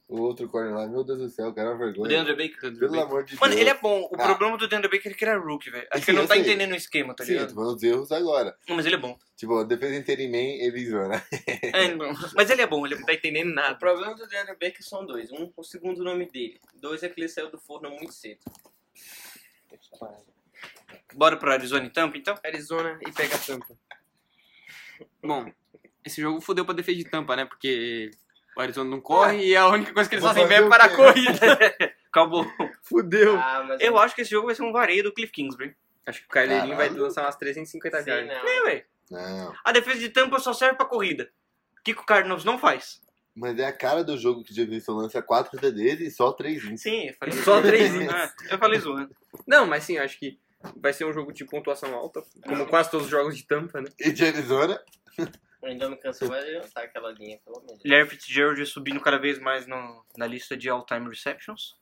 O outro corner lá, meu Deus do céu, o cara é uma O vergonha. DeAndre Baker. Pelo amor de Mano, Deus. ele é bom. O Ah. problema do DeAndre Baker é que ele é rookie, velho. Acho que Sim, ele não eu tá sei. entendendo o esquema, tá Sim, eu ligado? tô falando os erros agora. Não, mas ele é bom. Tipo, a defesa inteira em main, eles vão, né? É, não. Mas ele é bom, ele não tá entendendo O nada. problema do Daniel Baker são dois. Um, o segundo nome dele. Dois é que ele saiu do forno muito cedo. Bora pro Arizona e Tampa, então? Arizona e pega a Tampa. Bom, esse jogo fudeu pra defesa de Tampa, né? Porque o Arizona não corre e a única coisa que eles Vou fazem fazer mesmo é o para a quê? corrida. Acabou. Fudeu. Ah, mas Eu acho que esse jogo vai ser um vareio do Cliff Kingsbury. Acho que o Carleirinho vai Caralho. lançar umas 350 sei, jardas. não. É, velho. Não. A defesa de Tampa só serve pra corrida. O que, que o Cardinals não faz? Mas é a cara do jogo que o Jameson lança 4 TDs e só 3 ins. Sim, eu falei Só três zoando. ins. Ah, eu falei zoando. Não, mas sim, eu acho que vai ser um jogo de pontuação alta, como quase todos os jogos de Tampa, né? E de Arizona, Ainda me cansou, mas ele não tá aquela linha, pelo menos. Larry Fitzgerald subindo cada vez mais no- na lista de all-time receptions.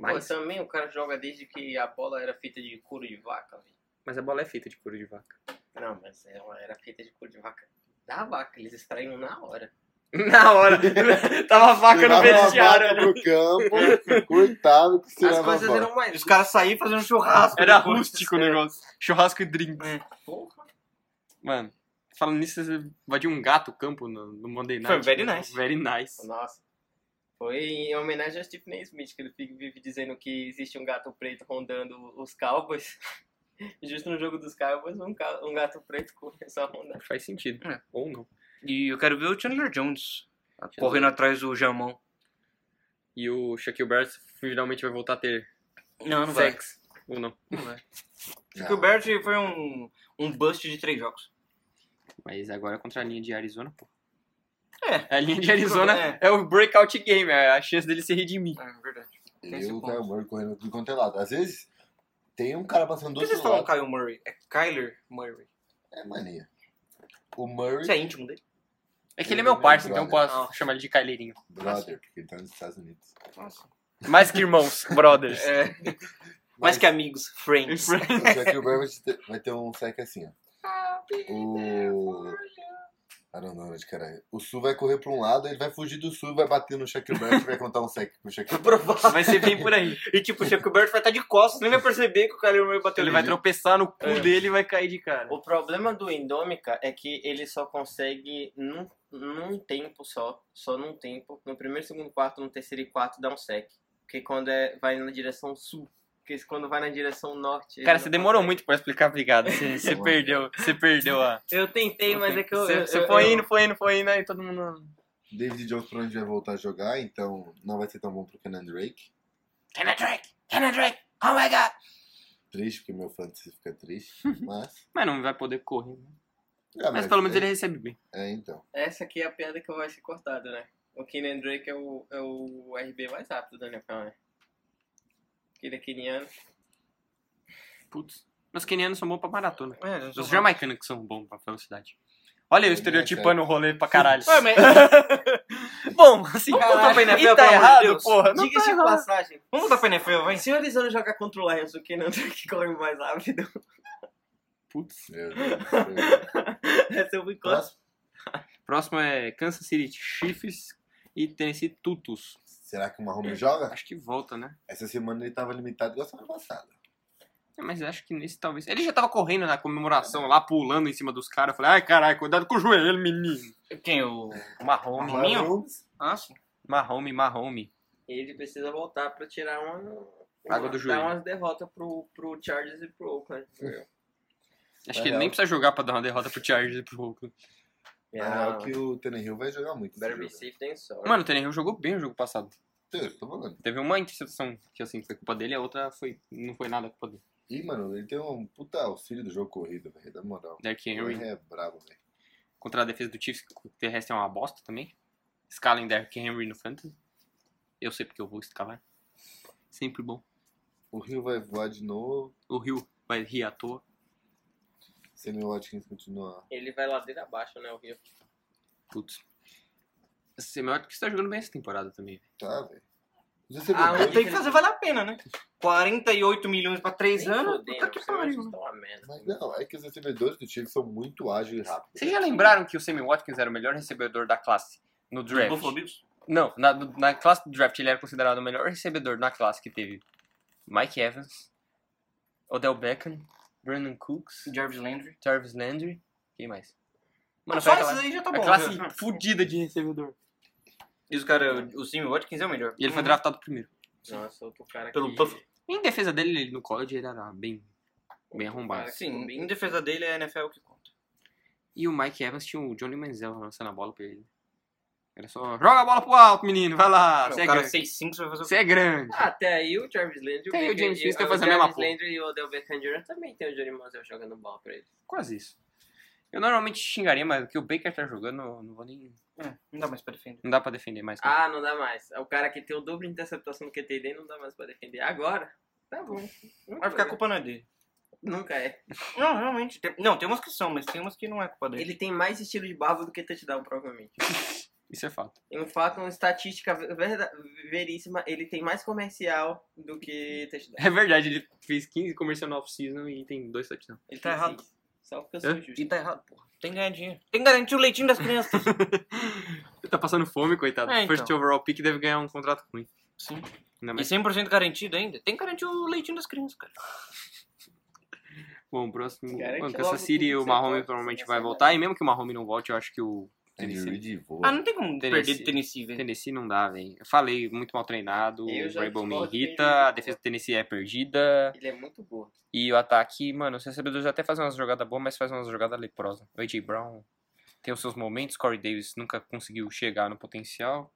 Mas, Pô, também o cara joga desde que a bola era feita de couro de vaca, velho. mas a bola é feita de couro de vaca. Não, mas ela era feita de couro de vaca. Da vaca, eles extraíram na hora. Na hora. Tava a vaca no levava a vestiário. vaca pro campo, coitado que se As leva a coisas bola. eram mais. Os caras saíram fazendo churrasco. Era depois. rústico o negócio. Churrasco e drink. Porra. Mano, falando nisso, você invadiu um gato campo no, no Monday Night. Foi very né? nice. Very nice. Nossa. Foi em homenagem a Stephen A. Smith, que ele fica- vive dizendo que existe um gato preto rondando os Cowboys. E Justo no jogo dos Cowboys, um, ca- um gato preto começou a rondar. Faz sentido. É. Ou não. E eu quero ver o Chandler Jones correndo atrás do Jamão. E o Shaquille Barrett finalmente vai voltar a ter Não, não vai. sex. Ou não. Não vai. Não. Porque o Bert foi um, um bust de três jogos. Mas agora é contra a linha de Arizona, pô. É. A linha de Arizona É. é, o breakout game, é a chance dele se redimir. É verdade. Tem esse Eu, ponto. Caio Murray correndo tudo quanto é lado. Às vezes, tem um cara passando Por do que outro vocês falam lado. Kyle Murray? É Kyler Murray. É mania. O Murray, Você é íntimo dele? É que ele é Eu meu também, parceiro, então eu brother. posso chamar ele de Caleirinho. brother, porque ele tá nos Estados Unidos. Nossa. Mais que irmãos, brothers. É. Mais que amigos, friends. Só Então, é que o Murray vai ter- vai ter um sec assim, ó. O. I don't know, de caralho. O Sul vai correr pra um lado, ele vai fugir do Sul, vai bater no Shaquille Barrett e vai contar um sec pro Shaquille Barrett. Provável. Vai ser bem por aí. E tipo, o Shaquille Barrett vai estar de costas, nem vai perceber que o Kyler Murray bateu Ele ele. vai tropeçar no cu É. dele e vai cair de cara. O problema do Indômica é que ele só consegue num, num tempo só, só num tempo, no primeiro, segundo quarto, no terceiro e quarto dá um sec. Porque quando é, vai na direção sul, porque quando vai na direção norte. ele Cara, não você demorou consegue. muito pra explicar a brigada. Você, você perdeu, você perdeu a... Eu tentei, mas é que eu. Você, eu- você eu- foi eu- indo, foi indo, foi indo, aí todo mundo... David Jones pra onde vai voltar a jogar, então não vai ser tão bom pro Kenan Drake. Kenna Drake, Kenna Drake, oh my god. Triste, porque meu fantasy fica triste, mas... Mas não vai poder correr. né? Ah, Mas pelo menos ele recebe bem. É, então. Essa aqui é a piada que vai ser cortada, né? O Kenan Drake é o, é o RB mais rápido da NFL, né? Aquele keniano. Putz. Mas quenianos são bons pra maratona. É, Os jamaicanos que são É, bons pra velocidade. Olha eu estereotipando o rolê pra caralho. Ué, mas- Bom, assim, Vamos voltar pra caralho, NFL, e pelo tá amor de errado, Deus. porra. Não Diga-se tá de errado. passagem. Vamos voltar pra NFL, vai? Se o Arizona jogar contra o Lions, o Kenan Drake corre mais rápido. Putz. Meu Deus do céu. Essa eu me corto. Próximo. Próximo é Kansas City Chiefs e Tennessee Tutus. Será que o Mahomes joga? Acho que volta, né? Essa semana ele tava limitado igual a semana passada. É, Mas acho que nesse talvez. Ele já tava correndo na comemoração lá, pulando em cima dos caras. Eu Falei, ai caralho, cuidado com o joelho, menino. Quem? O Marrome, Mahomes? Mahomes? Ah, sim. Marrome, Marrome. Ele precisa voltar pra tirar uma. Água do joelho. Dar umas derrotas pro, pro Chargers e pro Oakland. Acho Vai que ele lá. nem precisa jogar pra dar uma derrota pro Chargers e pro Oakland. Na real que é o Tannehill vai jogar muito. esse Ah. Better be jogo. safe than sorry. Mano, o Tannehill jogou bem o jogo passado. Eu tô falando. Teve uma intercepção que, assim, foi culpa dele, a outra foi, não foi nada culpa dele. Ih, mano, ele tem um puta auxílio do jogo corrido, velho. Da moral. Derrick Henry Ele é brabo, velho. contra a defesa do Chiefs, que o terrestre é uma bosta também. Escalem Derrick Henry no Fantasy. Eu sei porque eu vou escalar. Sempre bom. O Rio vai voar de novo. O Rio vai rir à toa. Samuel Watkins continua. Ele vai ladeira abaixo, né, o Rio? Putz. Semiotic está tá jogando bem essa temporada também. Tá, velho. Não sei se você Ah, viu, mas Tem que fazer valer a pena, né? 48 milhões pra três Nem anos? fodendo, Puta que os Rams pariu. né? estão uma merda. mas não, é que os recebedores do time são muito ágeis e rápidos. Vocês já lembraram que o Sammy Watkins era o melhor recebedor da classe no draft? Buffalo Bills? Não, na, na classe do draft ele era considerado o melhor recebedor na classe que teve Mike Evans, Odell Beckham, Brandon Cooks, Jarvis Landry. Jarvis Landry, quem mais? Mano, Só foi a esses classe, aí já tá a bom. classe já. fudida de recebedor. E os caras, o Sim Watkins é o melhor. E ele foi draftado primeiro. Nossa, outro cara Pelo que... Buffalo. Em defesa dele, ele no college ele era bem, bem arrombado. Cara, Hum, Sim, bem- em defesa dele é a NFL que conta. E o Mike Evans tinha o Johnny Manziel lançando a bola pra ele. Era só, joga a bola pro alto, menino, vai lá, você é o cara grande. 6'5 vai fazer o Você é grande. Ah, Até aí o Jarvis Landry Tem o Beckham- James e- Fisker o fazendo a mesma Jarvis porra. Landry e o Odell Beckham Jr. também tem o Johnny Manziel jogando bola pra ele. Quase isso. Eu normalmente xingaria, mas o que o Baker tá jogando, eu não vou nem. É, não dá mais pra defender. Não dá pra defender mais. não. Ah, não dá mais. É O cara que tem o dobro de interceptação do QTD não dá mais pra defender. Agora, tá bom. Nunca Vai ficar a é. culpa não é dele. Nunca é. Não, realmente. tem- não, tem umas que são, mas tem umas que não é culpa dele. Ele tem mais estilo de barba do que touchdown, provavelmente. Isso é fato. Em um fato, uma estatística verda- veríssima, ele tem mais comercial do que touchdown. É verdade, ele fez 15 comercial no off-season e tem dois touchdowns. Ele Tá tem errado. seis. Só porque eu sou Hã? justo. E tá errado, porra. Tem que ganhar dinheiro. Tem que garantir o leitinho das crianças. Ele tá passando fome, coitado. É, então. First overall pick deve ganhar um contrato ruim. Sim. Ainda E mais. 100% garantido ainda. Tem que garantir o leitinho das crianças, cara. Bom, o próximo. Garante Mano, logo Kansas City e tudo o que Mahomes você provavelmente pode, vai você voltar. E mesmo que o Mahomes não volte, eu acho que o Andy Tennessee, Reid voa. Ah, não tem como Tennessee. perder do Tennessee, velho. Tennessee não dá, velho. Eu falei, muito mal treinado. Eu O já tá Rabel me discordo de irrita. Tennessee. A defesa do Tennessee é perdida. Ele é muito gordo. E o ataque, mano, os recebedores até fazem umas jogadas boas, mas fazem umas jogadas leprosas. O A.J. Brown tem os seus momentos, Corey Davis nunca conseguiu chegar no potencial.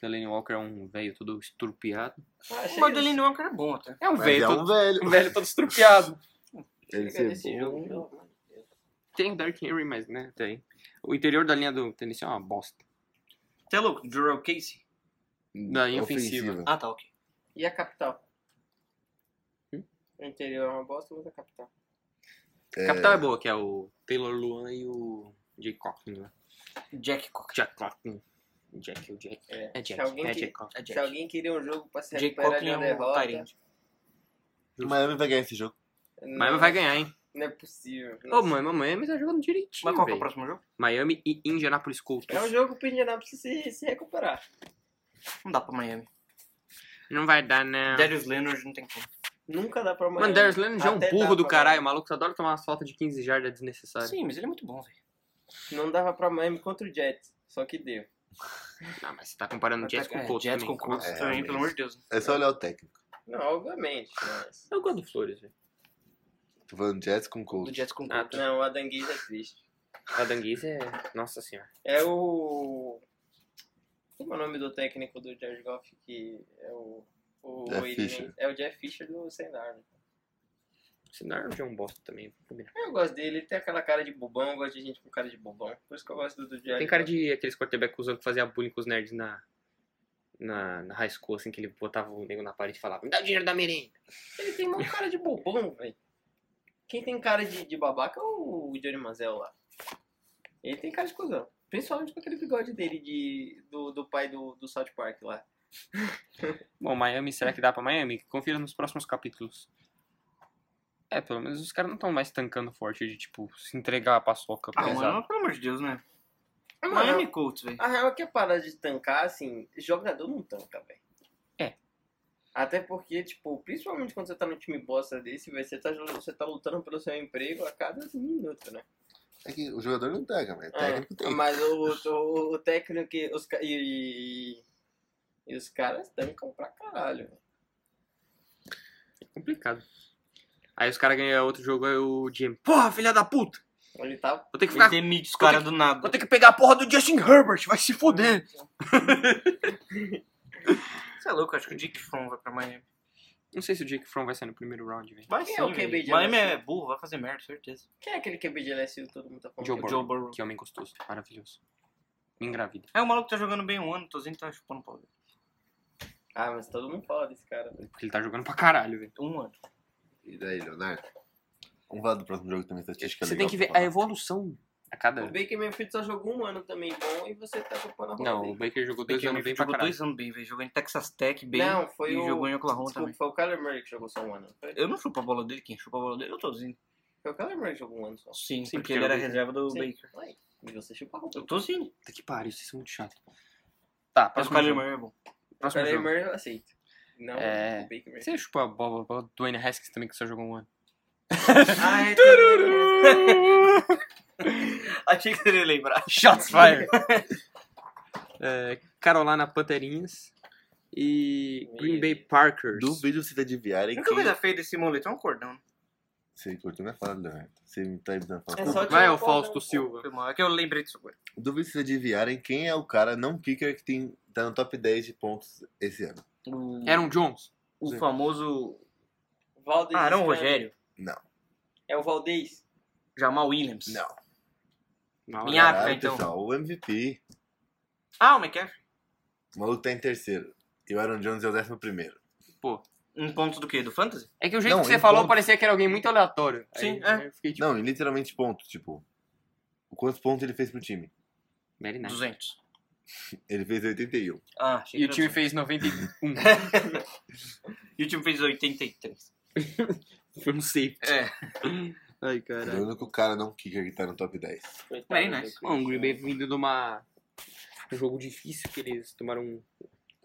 Delaney Walker é um velho todo estrupiado. Ah, O Madeline Walker é bom até. É um Mas velho é todo, um velho. um velho todo estrupiado. Ele Chega ser desse bom. jogo, pelo amor de Deus. Tem o Dark Henry, mas né, tem. O interior da linha do Tennessee é uma bosta. Você é louco? Jerome Casey? Da linha ofensiva. Ah, tá, ok. E a capital? Hum? O interior é uma bosta, mas a capital. A capital é boa, que é o Taylor Luan e o Jake Cochran. né? Jack Cook. Jack Cochran. Jack, o Jack. É Jack, se alguém, é que- Jack Cochran. É se Jack. alguém queria um jogo pra se Jake recuperar de Coughlin uma é um derrota, Tyrant. O Miami vai ganhar esse jogo. não, Miami vai ganhar, hein? Não é possível. Ô, mano, Miami tá jogando direitinho, Mas qual que é o velho. próximo jogo? Miami e Indianapolis Colts. É um jogo pro Indianapolis se, se recuperar. Não dá pra Miami. Não vai dar, não. Darius Leonard não tem como. Nunca dá pra Mano, Darius Leonard já é um Até burro dá do pra- caralho. O maluco adora tomar umas faltas de 15 jardas desnecessárias. Sim, mas ele é muito bom, velho. Não dava pra Miami contra o Jets. Só que deu. Ah, mas você tá comparando o Jets com o Colts Um Jets também. com Colts É, também, realmente. pelo amor de Deus. né? É só olhar o técnico. Não, obviamente. Mas... Eu gosto do Flores, velho. Tô falando Jets com Do Colts. Jets com Ah, Colts. Não, o Adam Gaze é triste. A Danguiz é... Nossa senhora. É o... Como é o nome do técnico do George Goff que é o... o Jeff ele- Fisher. É o Jeff Fisher do Senado. Esse Darnold é um bosta também. vou combinar. Eu gosto dele, ele tem aquela cara de bobão, eu gosto de gente com cara de bobão. Por isso que eu gosto do, do Jared Tem cara de aqueles quarterback usando que fazia bullying com os nerds na... Na, na high school, assim, que ele botava o nego na parede e falava Me dá o dinheiro da merenda. Goff. Ele tem uma cara de bobão, velho. Quem tem cara de, de babaca é o Johnny Manziel lá. Ele tem cara de cuzão. Principalmente com aquele bigode dele de, do, do pai do, do South Park lá. Bom, Miami, será que dá pra Miami? Confira nos próximos capítulos. É, pelo menos os caras não estão mais tancando forte de, tipo, se entregar a paçoca Ah, pesada. mano, pelo amor de Deus, né? Mano, Miami Colts, velho. A real é que a parada de tancar, assim, jogador não tanca, velho. É. Até porque, tipo, principalmente quando você tá num time bosta desse, velho, você tá, jogando- você tá lutando pelo seu emprego a cada minuto, né? É que o jogador não pega, mas o É, técnico tem. Mas o, o, o técnico e os, ca- e, e- e os caras tancam pra caralho. velho. É Complicado. Aí os caras ganham outro jogo, aí o GM. Porra, filha da puta! Ele tá. Vou ter que Ele ficar. demite os caras do nada. Vou ter que pegar a porra do Justin Herbert, vai se foder! Você é louco, acho que o Dick From vai pra Miami. Não sei se o Jake Fromm vai sair no primeiro round, velho. Vai Quem sim, é o QB velho. de Miami LSU? é burro, vai fazer merda, certeza. Quem é aquele QB de LSU que todo mundo tá falando? Joe O Burrow. É Joe Burrow. Que homem gostoso, maravilhoso. Me engravida. É, o maluco tá jogando bem um ano, Tozinho tá chupando pau. velho. Ah, mas todo mundo fala desse cara. Porque ele tá jogando pra caralho, velho. Um ano. E daí, Leonardo? Vamos falar do próximo jogo também, é estatística Você tem legal que é pra ver a falar. evolução a O cada. Baker Mayfield só jogou um ano também bom e você tá culpando a roda Não, dele. o Baker jogou dois Baker anos bem Mayfield pra jogou caralho. dois anos bem, velho. Jogou em Texas Tech bem. Não, foi e o- jogou em Oklahoma Desculpa, também. foi o Kyler Murray que jogou só um ano. Foi, Eu não chupo a bola dele, quem chupa a bola dele é o Tozinho. foi o Kyler Murray que jogou um ano só. Sim, Sim, porque porque ele era eu- reserva do Sim. Baker. Ué, e você chupa a roupa. Eu tô sim. Puta que pariu, vocês são muito chato. Tá, Mas o próximo Kyler jogo. Murray é bom. Próximo Kyler jogo. Murray eu aceito. Não, É. o Baker Mayfield. Você chupa a bola, a bola do Dwayne Haskins também, que só jogou um ano. Ah, é. também. Achei que ele ia lembrar. Shots fired! É, Carolina Panterinhas e Green Bay Parkers. Duvido vocês A adivinharem única quem... coisa feia desse moletom é um cordão. Você cortou minha fala, Leonardo. Você me tá evitando falar. É Vai, só tirar ô o Paulo Fausto da- Silva. Foi mal. É que eu lembrei disso agora. Duvido vocês adivinharem quem é o cara não kicker que tem, tá no top 10 de pontos esse ano. O, Aaron Jones. o Sim. famoso Valdez Arão Scantling. Rogério. É o Valdez. Jamal Williams. Não. Na hora. Minha Caralho, água, então. pessoal, o MVP. Ah, o McCaffrey. O maluco tá em terceiro. E o Aaron Jones é o décimo primeiro. Um ponto do quê? Do Fantasy? É que o jeito Não, que você em falou pontos. parecia que era alguém muito aleatório. Sim, Aí, é. eu fiquei tipo, Não, e literalmente pontos, tipo. Quantos pontos ele fez pro time? very nice. 200. Ele fez 81. Ah, achei E o que time era fez 91. assim. E o time fez 83. Foi um safe. É. Ai, Ele é o caralho. único cara não kicker que tá no top 10. Coitado Very do nice. Bom, o Green Bay vindo de uma... um jogo difícil que eles tomaram um,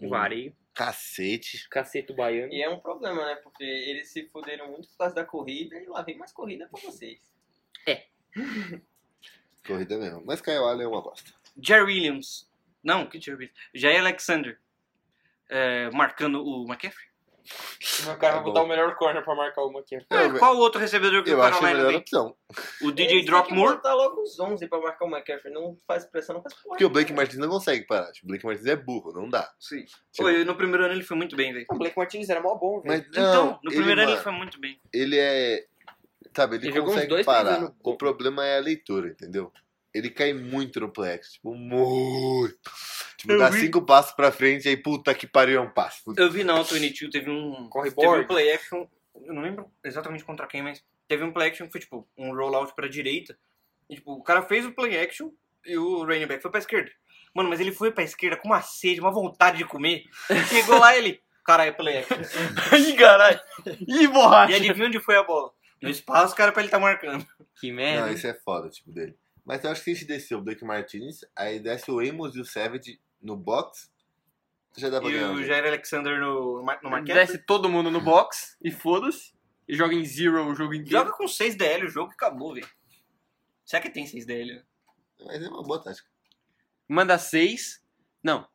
um areio. Cacete. Cacete baiano. E é um problema, né? Porque eles se fuderam muito por causa da corrida e lá vem mais corrida pra vocês. Corrida mesmo. Mas Kyle Allen é uma bosta. Jerry Williams. Não, que Jerry Williams. Jair Alexander. É, marcando o McCaffrey. O cara vai botar o melhor corner pra marcar uma aqui. Eu- Ah, qual o outro recebedor que Eu o acho a Carolina melhor vem? opção. O DJ Eles têm que Dropmore. botar Tá logo os 11 pra marcar o McCaffrey. Não faz pressão, não faz porra. Porque o Blake Martins não consegue parar. Tipo, o Blake Martins é burro, não dá. Sim. Tipo- no primeiro ano ele foi muito bem, velho. O Blake Martinez era mó bom, Mas, Então, não, no primeiro ano ele ele, mano, foi muito bem. ele é. Sabe, ele, Ele jogou uns consegue dois, três parar. anos. O problema é a leitura, entendeu? Ele cai muito no plex. Tipo, muito. Tipo, Eu dá vi. cinco passos pra frente aí, puta que pariu, é um passo. Puta. Eu vi na Auto NTU, teve um. Corre teve um board. play action. Eu não lembro exatamente contra quem, mas teve um play action que foi tipo um rollout pra direita. E tipo, o cara fez o play action e o running back foi pra esquerda. Mano, mas ele foi pra esquerda com uma sede, uma vontade de comer. Chegou lá ele. Caralho, é play action. Ih, caralho. Ih, E borracha. adivinha onde foi a bola? No espaço, cara, pra ele tá marcando. Que Não, merda. isso é foda, tipo, dele. Mas eu acho que se descer o Blake Martins, aí desce o Amos e o Savage no box, já dá pra E ganhar. o né? Jair Alexander no, no marquete. Desce todo mundo no box e foda-se. E joga em zero o jogo inteiro. Joga com 6 DL o jogo e acabou, velho. Será que tem 6 DL? né? Mas é uma boa tática. Manda seis. Não.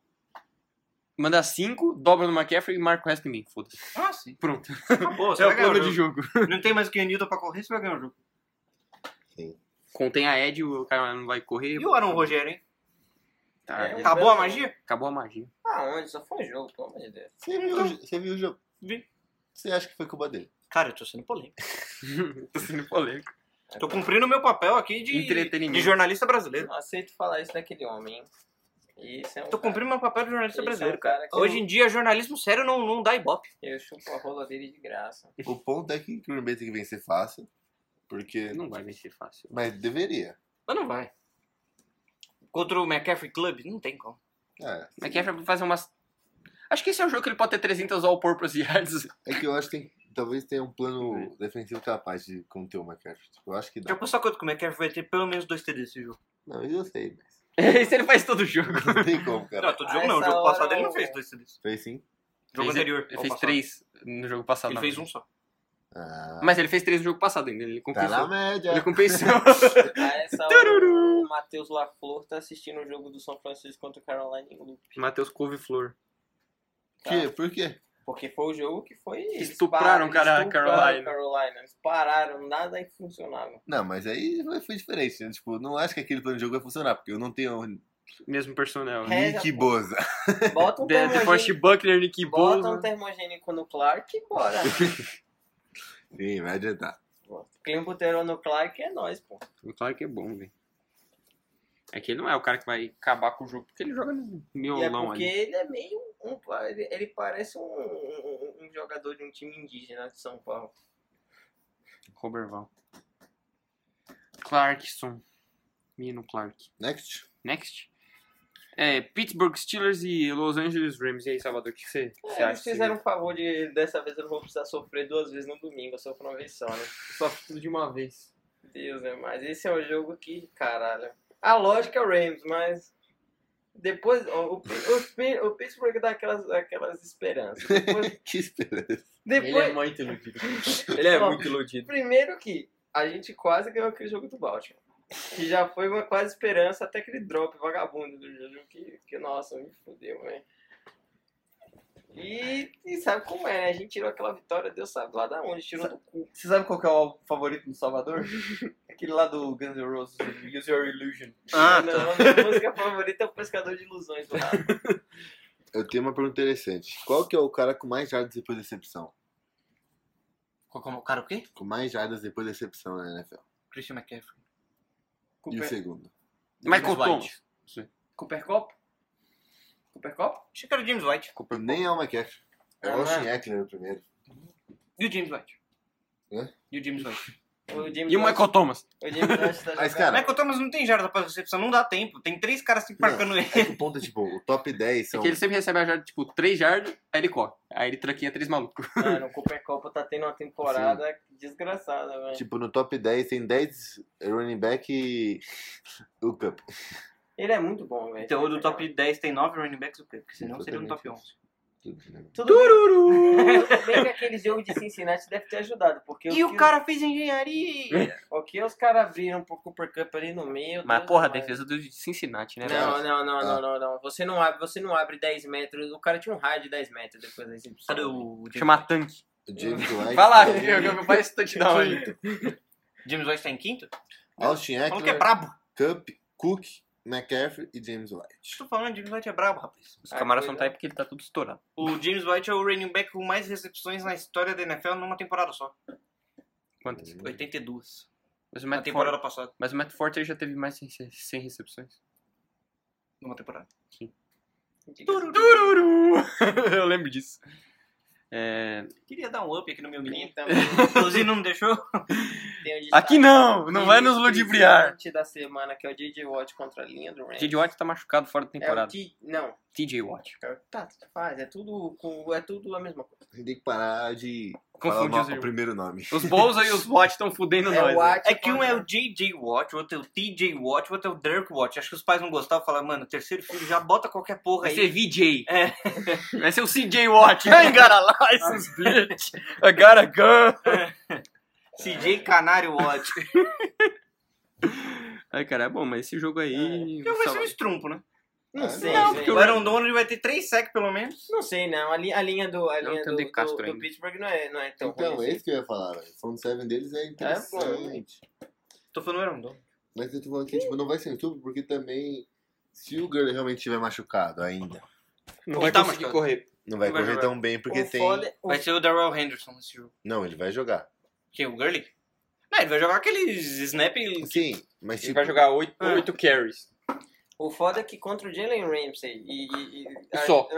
Manda cinco, dobra no McCaffrey e marca o resto em mim. Foda-se. Ah, sim. Pronto. Acabou, você é vai o ganhar o plano de jogo. jogo. Não tem mais o Ken Newton pra correr, você vai ganhar o jogo. Contém a Ed, o cara não vai correr. E o Aaron Rogério, hein? Tá, É. Acabou a magia? Acabou a magia. Ah, onde? Só foi um jogo, pelo amor de Deus. Você viu, o jo- você viu o jogo? Vi. Você acha que foi culpa dele? Cara, eu tô sendo polêmico. Tô sendo polêmico. Tô cumprindo o meu papel aqui de, Entretenimento. de jornalista brasileiro. Não aceito falar isso daquele homem, hein? Isso é um Tô cara. cumprindo meu papel de jornalista Esse é um brasileiro, cara cara. que- Hoje em dia, jornalismo sério não, não dá ibope. Eu chupo a rola dele de graça. O ponto é que o Green Bay tem que vencer fácil, porque... Não vai vencer fácil. Mas deveria. Mas não vai. Contra o McCaffrey Club, não tem como. É, McCaffrey vai fazer umas... Acho que esse é um jogo que ele pode ter 300 all-purpose yards. é que eu acho que tem, talvez tenha um plano defensivo capaz de conter o McCaffrey. Tipo, eu acho que Já dá. pensou quanto que o McCaffrey vai ter pelo menos dois TD esse jogo? Não, eu sei, mas Isso ele faz todo jogo. não tem como, cara. Não, assim, todo a jogo não. O essa jogo passado hora ele não o- fez dois TDs. Fez sim? Jogo Fez- anterior. Ele ao fez passado. três no jogo passado. Ele na fez um verdade. só. Ah, Mas ele fez três no jogo passado ainda. Ele tá compensou. na média. Ele compensou. A Tá, essa hora, o Matheus Laflor tá assistindo o jogo do São Francisco contra o Carolina em loop. tá? Matheus Couve-Flor. Que? Por quê? Porque foi o jogo que foi... eles Estupraram, cara, estupraram Carolina. Carolina. Eles pararam, nada aí funcionava. Não, mas aí foi- foi diferente. né? Tipo, não acho que aquele plano de jogo vai funcionar, porque eu não tenho um Mesmo personal. né? Reza, Nick pô. Boza. Bota um The, the Forest termogênico, Buckner, Nick bota um Bosa. termogênico no Clark e bora. Sim, vai adiantar. Climbuterol no Clark é nóis, pô. O Clark é bom, velho. É que ele não é o cara que vai acabar com o jogo, porque ele joga no E é miolão porque ali. ele é meio um. Ele, ele parece um, um- um jogador de um time indígena de São Paulo. Roberval. Clarkson. Menino Clark. Next. Next. É, Pittsburgh Steelers e Los Angeles Rams. E aí, Salvador, o que você É, você eles acha? fizeram um favor de. Dessa vez eu não vou precisar sofrer duas vezes no domingo, eu sofro uma vez só, né? Só tudo de uma vez. Deus, é mais. Esse é o jogo que, caralho. A lógica é o Rams, mas. Depois, ó, o, Pi- o, Pi- o Pittsburgh dá aquelas, aquelas esperanças. Depois, Que esperança. depois- Ele é muito iludido. Ele é Ó, muito iludido. Primeiro que a gente quase ganhou aquele jogo do Baltimore. Que já foi uma quase esperança até aquele drop vagabundo do Juju que, que nossa, me fudeu, velho. E, e sabe como é, né? A gente tirou aquela vitória, Deus sabe lá da onde, tirou do cu. Você sabe qual que é o álbum favorito do Salvador? Aquele lá do Guns N' Roses, o Use Your Illusion. Ah, não, minha música favorita é o Pescador de Ilusões do lado. Eu tenho uma pergunta interessante. Qual que é o cara com mais jardas depois da recepção? Qual, como, cara, o quê? Com mais jardas depois da né, recepção na NFL. Christian McCaffrey. E o Cooper, segundo? Michael James Thomas. White. Cooper Cop? Cooper Cop? Achei que era o James White. Nem é o McCaffrey. É Ah, o Austin não Eckler o primeiro. E o James White. Hã? E o James White. O James E o Então- White- Michael Thomas. É O James White tá Mas, jogando. cara, Michael É Thomas não tem jarda pra recepção, não dá tempo. Tem três caras se marcando ele. é que o ponto é, tipo, o top 10 É Então. são... que ele sempre recebe a jarda, tipo, 3 jardas, aí ele corre. Aí ele tranquinha três malucos. Mano, o Cooper Copa tá tendo uma temporada desgraçada, velho. Tipo, no top 10 tem 10 running back e o Cup. Ele é muito bom, velho. Então, do top 10 tem 9 running backs, porque senão seria no top 11. Tudo bem, tudo bem que aquele jogo de Cincinnati deve ter ajudado, porque E que- o cara fez engenharia! o que os caras abriram pro Cooper Cup ali no meio. Mas, Deus porra, a do céu. defesa do Cincinnati, né? velho? Não, não, não, Ah. não, não, não. Você não abre, você não abre 10 metros. O cara tinha um raio de 10 metros depois assim, da exibição. Cadê o James Chamar tanque. O James White. Vai lá, Diego, faz esse touchdown aí. White? James White tá em quinto? Austin Falou que é Eckler, brabo. Cup, Cook, McCaffrey e James White. Estou falando, James White é brabo, rapaz. Os camaras não tá aí porque ele tá tudo estourado. O James White é o running back com mais recepções na história da NFL numa temporada só. Quantas? Uhum. 82. Mas o Na Matt, Tá temporada Forte, passada. mas o Matt Forte já teve mais de 100 recepções. Numa temporada. Tururu! Eu lembro disso. É, Queria dar um up aqui no meu menino. Então, Inclusive não deixou. tem o destaque. Aqui não! Não vai nos E o ludibriar. destaque da semana, que é o DJ Watt contra a linha do Rams. TJ Watt tá machucado fora da É o temporada. T... Não, TJ Watt. tá, tanto faz. É tudo, com- é tudo a mesma coisa. A gente tem que parar de falar Confundiu mal os com o irmãos. primeiro nome. Os Bolsa e os Watt estão fudendo nós. o né? Watt É que um é contra- o JJ Watt, o outro é o TJ Watt, o outro é o Dirk Watt. Acho que os pais não gostavam. Falaram, mano, terceiro filho já bota qualquer porra Vai ser aí. VJ. É. Vai ser o CJ Watt. I got a license, bitch. I got a gun. CJ Canário Watt. Ai, cara, é bom, mas esse jogo aí... Então vai ser um Salva- estrumpo, né? Não Ah, sei, não, gente. porque O Aaron Donald vai ter três sec pelo menos. Não sei, não. A, li- a linha do, a Não linha tem do, o De Castro do- do ainda. Pittsburgh não é, não é tão Então, ruim. é assim. isso que eu ia falar, velho. Falando seven deles é é. interessante. Tô falando Aaron Donald. Mas eu tô falando que tipo, não vai ser YouTube, porque também, se o Gurley realmente tiver machucado ainda, Não vai conseguir correr. não vai Não vai correr jogar. tão bem, porque o tem... Fole- o- Oh. Vai ser o Darrell Henderson nesse jogo. Não, ele vai jogar. Que o Gurley? Não, ele vai jogar aqueles snap Sim, mas Ele tipo... vai jogar 8, Ah. carries. O foda é que contra o Jalen Ramsey e... e, e Só.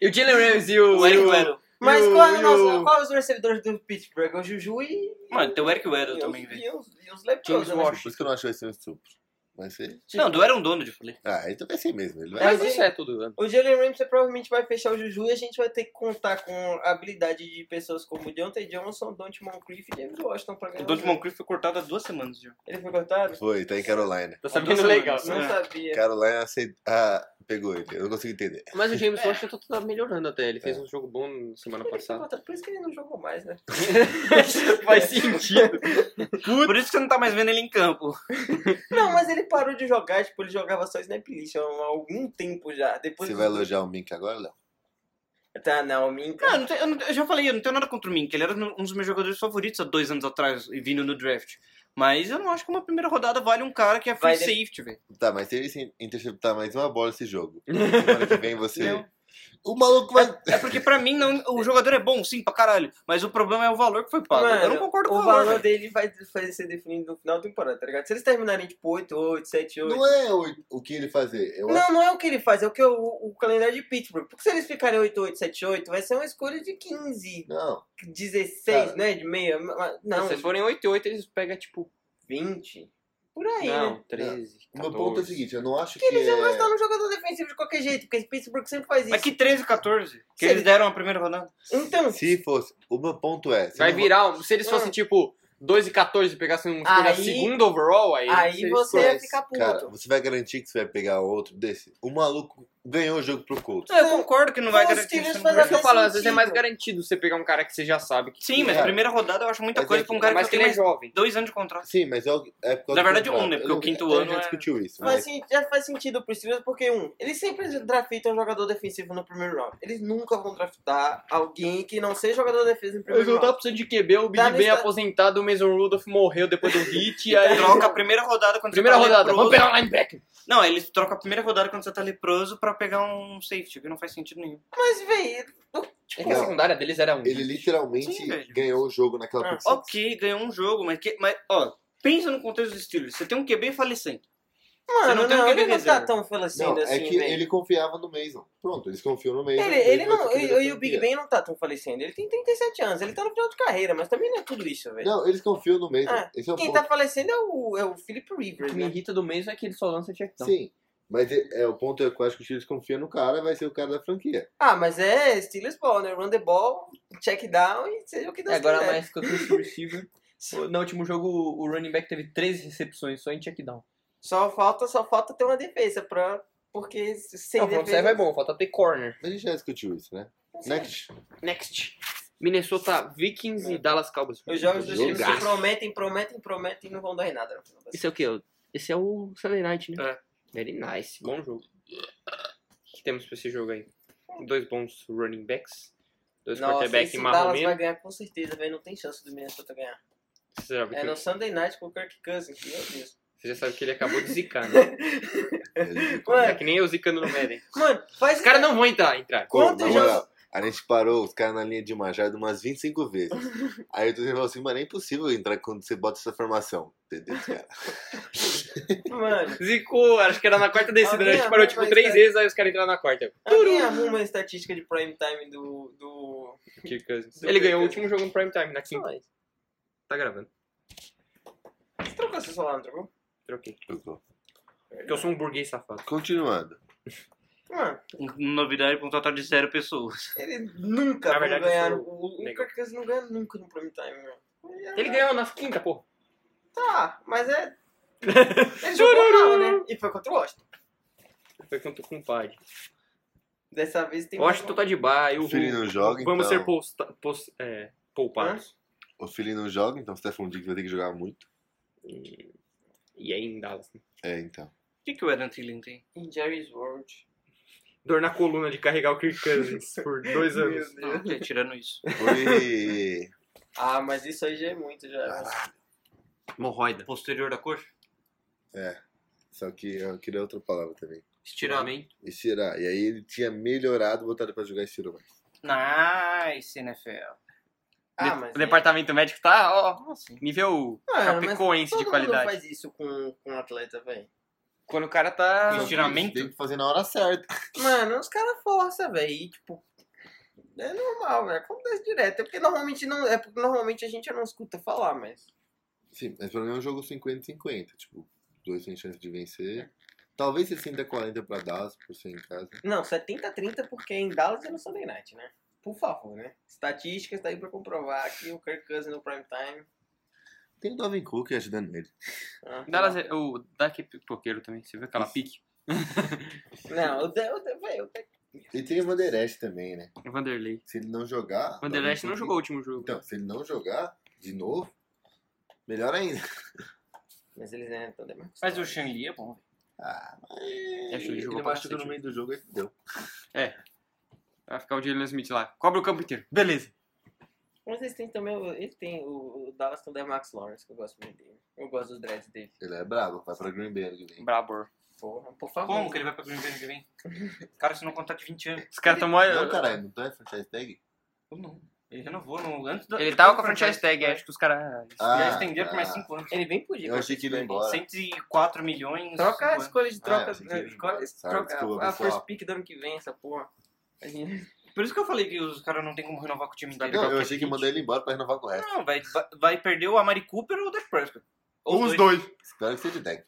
E o Jalen Ramsey e o... O Eric e o- Weddle. Mas E o- qual, é e o nosso- o- qual é os recebedores do Pittsburgh? O Juju e... Mano, tem o Eric e Weddle os- também, velho. E os, e os leprosos, James né? Washington. Por isso que eu não acho que vai ser um estupro. Vai ser? Não, do Aaron Donald, eu falei. Ah, então vai ser mesmo. Ele vai... Mas Mas isso é tudo. O Jalen Ramsey provavelmente vai fechar o Juju e a gente vai ter que contar com a habilidade de pessoas como o Deontay Johnson, Don't Moncrief e James Washington pra ganhar. O o Donald jogo. Moncrief foi cortado há duas semanas já. Ele foi cortado? Foi, tá em Carolina. Tá sabendo legal. Não É. sabia. Carolina aceit- ah, pegou ele. Eu não consigo entender. Mas o James Washington tá melhorando até. Ele fez É. um jogo bom na semana Ele foi passada. cortado, Por isso que ele não jogou mais, né? Faz sentido. Por isso que você não tá mais vendo ele em campo. Não, mas ele parou de jogar, tipo, ele jogava só Snap List há um, algum tempo já. Depois é. Você vai elogiar o Mink agora, Léo? Tá, não, minca. Não, Ah, eu, não tenho- eu não- eu já falei, eu não tenho nada contra o Mink. Ele era um dos meus jogadores favoritos há dois anos atrás, e vindo no draft. Mas eu não acho que uma primeira rodada vale um cara que é free Vai de- safety, velho. Tá, mas se ele se interceptar tá, mais uma bola esse jogo, semana que vem você. Não. O maluco vai. É porque pra mim não, o jogador é bom, sim, pra caralho. Mas o problema é o valor que foi pago. eu não concordo com o o valor. valor velho. dele vai, vai ser definido no final da temporada, tá ligado? Se eles terminarem tipo 8, 8, 7, 8. Não é o, o que ele fazer. Eu acho Não, não é o que ele faz, é o que o, o calendário de Pittsburgh. Porque se eles ficarem 8, 8, 7, 8, vai ser uma escolha de 15, Não. 16, Cara. né? De meia. ma- ma- Não, Se vocês forem 8 e 8, eles pegam, tipo... 20. Por aí, né? Não, 13, Tá O meu ponto é o 14. seguinte, eu não acho que. Porque eles iam é... gastar no jogador defensivo de qualquer jeito, porque Pittsburgh sempre faz isso. Mas que 13, 14? Que Se eles ele- deram a primeira rodada. Então, Se fosse. O meu ponto é. se Vai não- virar... um- Se eles fossem, Ah. tipo... 2 e 14 e pegasse um escolha Aí- segundo overall, aí, Aí você escolhe. ia ficar puto. Cara, você vai garantir que você vai pegar outro desse? O maluco ganhou o jogo pro Colts. Não, eu concordo que não vai Os garantir. times isso, não Por isso fazem concordo. que eu falo, às vezes é sentido. mais garantido você pegar um cara que você já sabe. Que Sim, mas Cara, primeira rodada eu acho muita mas coisa é pra um que- cara mas que que tem ele é mais jovem. dois anos de contrato. Sim, mas é, o- é por causa Na do verdade, contrato. um, né? Porque o quinto a gente ano já é- discutiu isso. Faz, Mas, sen- já faz sentido pro Steelers porque, um, eles sempre draftam um jogador defensivo no primeiro round. Eles nunca vão draftar alguém que não seja jogador de defesa no Eu primeiro não round. tava precisando de QB, o Big Tá Ben lista- aposentado, o Mason Rudolph morreu depois do hit, e aí... Troca a primeira rodada quando Primeira você tá rodada, leproso. vamos pegar um linebacker. Não, eles trocam a primeira rodada quando você tá leproso pra pegar um safety, que não faz sentido nenhum. Mas, véi, tipo, É que a secundária deles era um. ele literalmente Sim, velho. ganhou o jogo naquela Ah, posição. Ok, ganhou um jogo, mas, que, mas ó, pensa no contexto do Steelers. Você tem um QB falecente. Você mano, não não, tem um ele QB não tá reserva. tão falecendo Não, é assim, que véi. ele confiava no Mason. Pronto, eles confiam no Mason. Ele, Mason ele vai não, ser e, o e o Big Ben não tá tão falecendo. Ele tem 37 anos, ele tá no final de carreira, mas também não é tudo isso, velho. Não, eles confiam no Mason. Ah, Esse é o Quem ponto. tá falecendo é o, é o Philip Rivers, O que me né? irrita do Mason é que ele só lança checkdown. Sim, mas é, é, o ponto é que eu acho que o Chiefs confia no cara, vai ser o cara da franquia. Ah, mas é Steelers Ball, né? Run the ball, check down e seja o que É, Deus agora quiser. mais que eu trouxe o receiver. O- No último jogo, o running back teve 13 recepções só em checkdown. Só falta, só falta ter uma defesa pra... Porque sem Não, o front defesa... serve é bom, falta ter corner. Mas a gente já discutiu isso, né? Next. Next. Minnesota Vikings e Dallas Cowboys. É. Os jogos dos times Jogaço. que prometem, prometem, prometem e não vão dar em nada. No final das Esse é o quê? Esse é o Sunday Night, né? É. Very nice. Bom jogo. O que temos pra esse jogo aí? Dois bons running backs. Dois Nossa, quarterbacks esse Dallas vai marromeno. ganhar com certeza, velho. Não tem chance do Minnesota ganhar. Você, já viu É que- no Sunday Night com o Kirk Cousins, meu Deus. você já sabe que ele acabou de zicar, né? Ele- É Ué, que nem eu zicando no Madden. Mano, faz... Os caras não vão entrar. entrar. Pô, Quantos na jogos- moral, A gente parou os caras na linha de Majado umas 25 vezes. Aí o Tuzinho falou assim, mano, é impossível entrar quando você bota essa formação. Entendeu, cara? Mano, Zicou, acho que era na quarta descida, né? A gente Alguém parou arruma tipo mais três dez. vezes, aí os caras entraram na quarta. alguém arruma a estatística de prime time do... do... Kirk Cousins. Do Ele ganhou o Kirk último jogo no prime time, na quinta. Você Tá gravando, trocou seu celular, é não trocou? troquei. Eu tô. É. Porque eu sou um burguês safado. Continuando. Mano, Novidade pra um total de zero pessoas. ele nunca Na vai verdade, ganhar... eu sou O, o negro. Kirk Cousins não ganha nunca no prime time, meu. é Ele ganhou na quinta, pô. Tá, mas é... Ele jogou mal, né? E foi contra o Washington. Foi contra o compadre. Dessa vez tem... mais Washington tá de baia, o O Philly não joga, Vamos então... ser posta, pos- é, poupados. O Philly não joga, então o Stefan Diggs vai ter que jogar muito. E, e aí em Dallas. né? É, então. O que, que o Adam Thielen tem? um In Jerry's World. Dor na coluna de carregar o Kirk Cousins por dois Meu anos. tá. Não, ok, tirando isso. Foi... Ah, mas isso aí já é muito, já. Ah, Morroida. Posterior da coxa? Só que eu queria outra palavra também. Estiramento. Estirar. E aí ele tinha melhorado, botado pra jogar estirou mais. Nice, NFL. Ah, mas... o departamento médico tá, ó, Nossa. nível Mano, mas capicoense de todo qualidade. mundo faz isso com, com um atleta, velho. Quando o cara tá. Isso. Estiramento? Tem que fazer na hora certa. Mano, os caras forçam, velho. E, tipo, é normal, velho. Acontece direto. É porque normalmente não. É porque normalmente a gente não escuta falar, mas. Sim, mas pelo menos é um jogo 50-50. Tipo, dois sem chance de vencer. Talvez 60-40 pra Dallas, por ser em casa. Não, 70-30 porque em Dallas é no Sunday Night, né? Por favor, né? Estatísticas tá aí pra comprovar que o Kirk Cousins no prime time. Tem o Dalvin Cook ajudando ele. ah, Dallas é o Dak Pipoqueiro também, você viu aquela pique? Não, o de- o de- velho, o de- E tem o Vanderest também, né? O Vanderlei. Se ele não jogar... O Vanderlei não Dalvin Cook- jogou o último jogo. Então, se ele não jogar de novo, melhor ainda. Mas eles né, ainda estão demais. Mas o Shanli é bom. Ah, mas... É, Acho que ele Ele, jogou pra machucou cacete. no meio do jogo, aí deu. Vai ficar o Jalen Smith lá. Cobre o campo inteiro. Beleza. Mas eles têm também. o- Ele tem. O, o Dallas tem o Max Lawrence, que eu gosto muito dele. Eu gosto dos dreads dele. Ele é brabo, vai pra Green Bay ano que vem. Brabor. Porra, por favor. Como que ele vai pra primeiro ano que vem? Cara, se não contar de 20 anos. Os caras tomou. Não, caralho, não tá é franchise tag? Ou não. Ele renovou no, antes da- Ele tava com a franchise tag, acho que os caras. Já Ah, estenderam por mais ah. 5 anos. Ele bem podia. Eu achei que ele ia embora. 104 milhões. Troca a cinco anos. escolha de Ah, troca. né, eu achei que ele ia escolha- embora. Sorry, troca desculpa, a pessoal. first pick do ano que vem, essa porra. A gente- Por isso que eu falei que os caras não tem como renovar com o time dele. Não, eu achei que mandou ele embora pra renovar com o resto. Não, vai, vai- vai perder o Amari Cooper ou o Dak Prescott. Ou os dois. Espero que seja tag.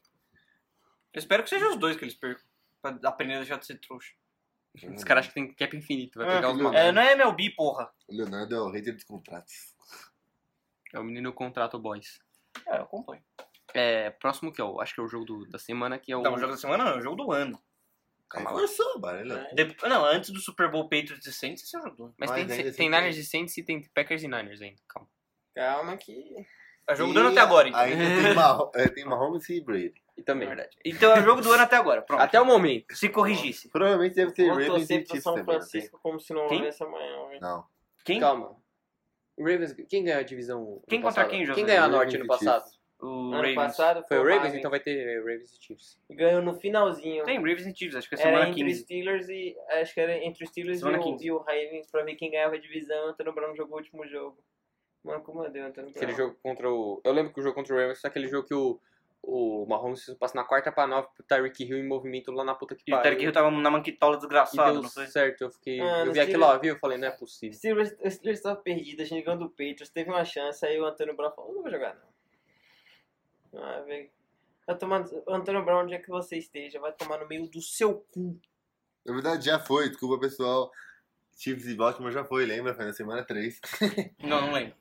Eu espero que sejam os dois que eles percam. Pra aprender a deixar de ser trouxa. Tipo, Os Uhum. caras acham que tem cap infinito. Vai Ah, pegar os filho. malucos. É, não é MLB, porra. O Leonardo é o rei dos contratos. É o menino contrata o boys. É, eu acompanho. É, próximo que é o, acho que é o jogo do- da semana, que é o... Não, o jogo da semana não, é o jogo do ano. Aí Calma lá. forçou, barulho. Dep- Não, antes do Super Bowl Patriots e Saints, esse é o jogo do ano. Mas tem, Mas ainda tem tem- Niners e Saints e tem Packers e Niners ainda, calma. Calma que. É o jogo E do ano até agora, então. Ainda tem, Mah é, tem Mahomes e Brady. E também. verdade. Então é o jogo do ano até agora, pronto. Até o momento. Se corrigisse. Provavelmente deve ter Eu Ravens torcer e pro Chiefs São também. não tem? Francisco como se não Quem? houvesse amanhã, né? velho. Não. Quem? Calma. O Ravens, quem ganhou a divisão? Quem ano contra passado? quem, José? Quem ganhou a É, Norte Ravens no e passado? Chiefs. O Ano Ravens. passado Foi o Ravens, então vai ter Ravens e Chiefs. Ganhou no finalzinho. Tem Ravens e Chiefs, acho que é Era semana entre os 15. Steelers e. Acho que era entre os Steelers e Semana o, 15. e o Ravens pra ver quem ganhava a divisão. Antônio Brown jogou o último jogo. Mano, como deu, Antônio Brown. Aquele jogo contra o. Eu lembro que o jogo contra o Ravens foi aquele jogo que o, o Mahomes passa na quarta pra nove pro Tyreek Hill em movimento lá na puta que E o Tarek Hill tava na manquitola E desgraçada, deu não foi? certo, eu fiquei. Ah, eu não vi sei. aquilo lá, viu? Eu falei, não é possível. Steelers, os Steelers estavam perdidos, a gente ganhou do Patriots, teve uma chance, aí o Antônio Brown falou, não vou jogar não. Ah, velho. Tá tomando. Antônio Brown, onde é que você esteja? Vai tomar no meio do seu cu. Na verdade, já foi. Desculpa, pessoal. Chiefs e Baltimore já foi, lembra? Foi na semana 3. Não, não lembro.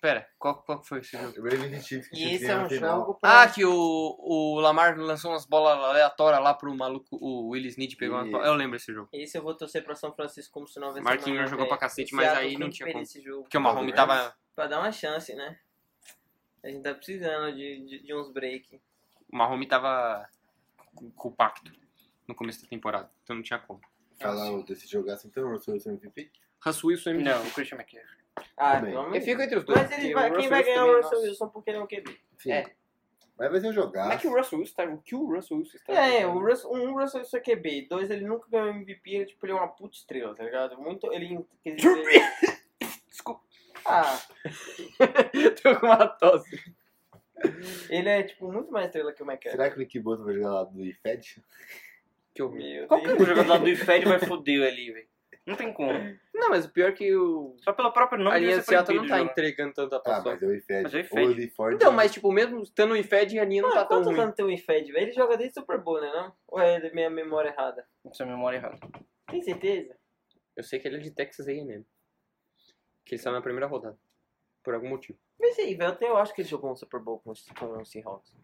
Pera, qual, qual que foi esse É. jogo? Ravens e Chiefs. que E esse tinha é no um final. jogo pra. Ah, que o, o Lamar lançou umas bolas aleatórias lá pro maluco, o Will Smith pegou uma. Isso. bola. Eu lembro esse jogo. Esse eu vou torcer pra São Francisco como se não houvesse Mark amanhã, Ingram jogou pra velho. cacete, Esse mas ato aí tem não que tinha perder como. Esse jogo. Porque o Mahomes tava. Pra dar uma chance, né? A gente tá precisando de, de, de uns break. O Mahomes tava com- com o pacto no começo da temporada. Então não tinha como. Falar o- desse jogo assim, então, eu sou o seu MVP. Russell Wilson MVP. Não, o Christian McCaffrey. Ah, Também. então. Eu fico entre os dois. Mas ele porque o vai, quem Russell vai Wilson ganhar é também, o Russell nossa. Wilson porque ele é um QB. Enfim. É. Mas vai ser um jogar. Como é que o Russell Wilson tá. O que o Russell Wilson tá. É, o Russell, um o Russell Wilson é QB, dois ele nunca ganhou MVP, ele, tipo, ele é uma puta estrela, tá ligado? Muito, ele... quer dizer- Desculpa. ah, Tô com uma tosse. ele é, tipo, muito mais estrela que o McCaffrey. Será que o Nick Bosa vai jogar lá do IFED? Que eu vi. Meu Qual que é Deus. o jogador lá do IFED vai foder ali, velho? Não tem como. Não, mas o pior é que o. Só pelo próprio nome a linha devia de ser Seattle não proibido tá jogar. entregando tanta Ah, atuação. mas é o IFED. Mas é o IFED. Ou ele Ford. então, mas tipo, mesmo estando em Fed, a linha não Mano, tá tão quantos ruim. anos tem o Infed, velho? Ele joga desde o Super Bowl, né, não? Ou é da minha memória errada? Essa é a memória errada. Tem certeza? Eu sei que ele é de Texas A&M. Que ele saiu na primeira rodada. Por algum motivo. Mas aí, velho, até eu acho que ele jogou um Super Bowl com, os- com o Seahawks.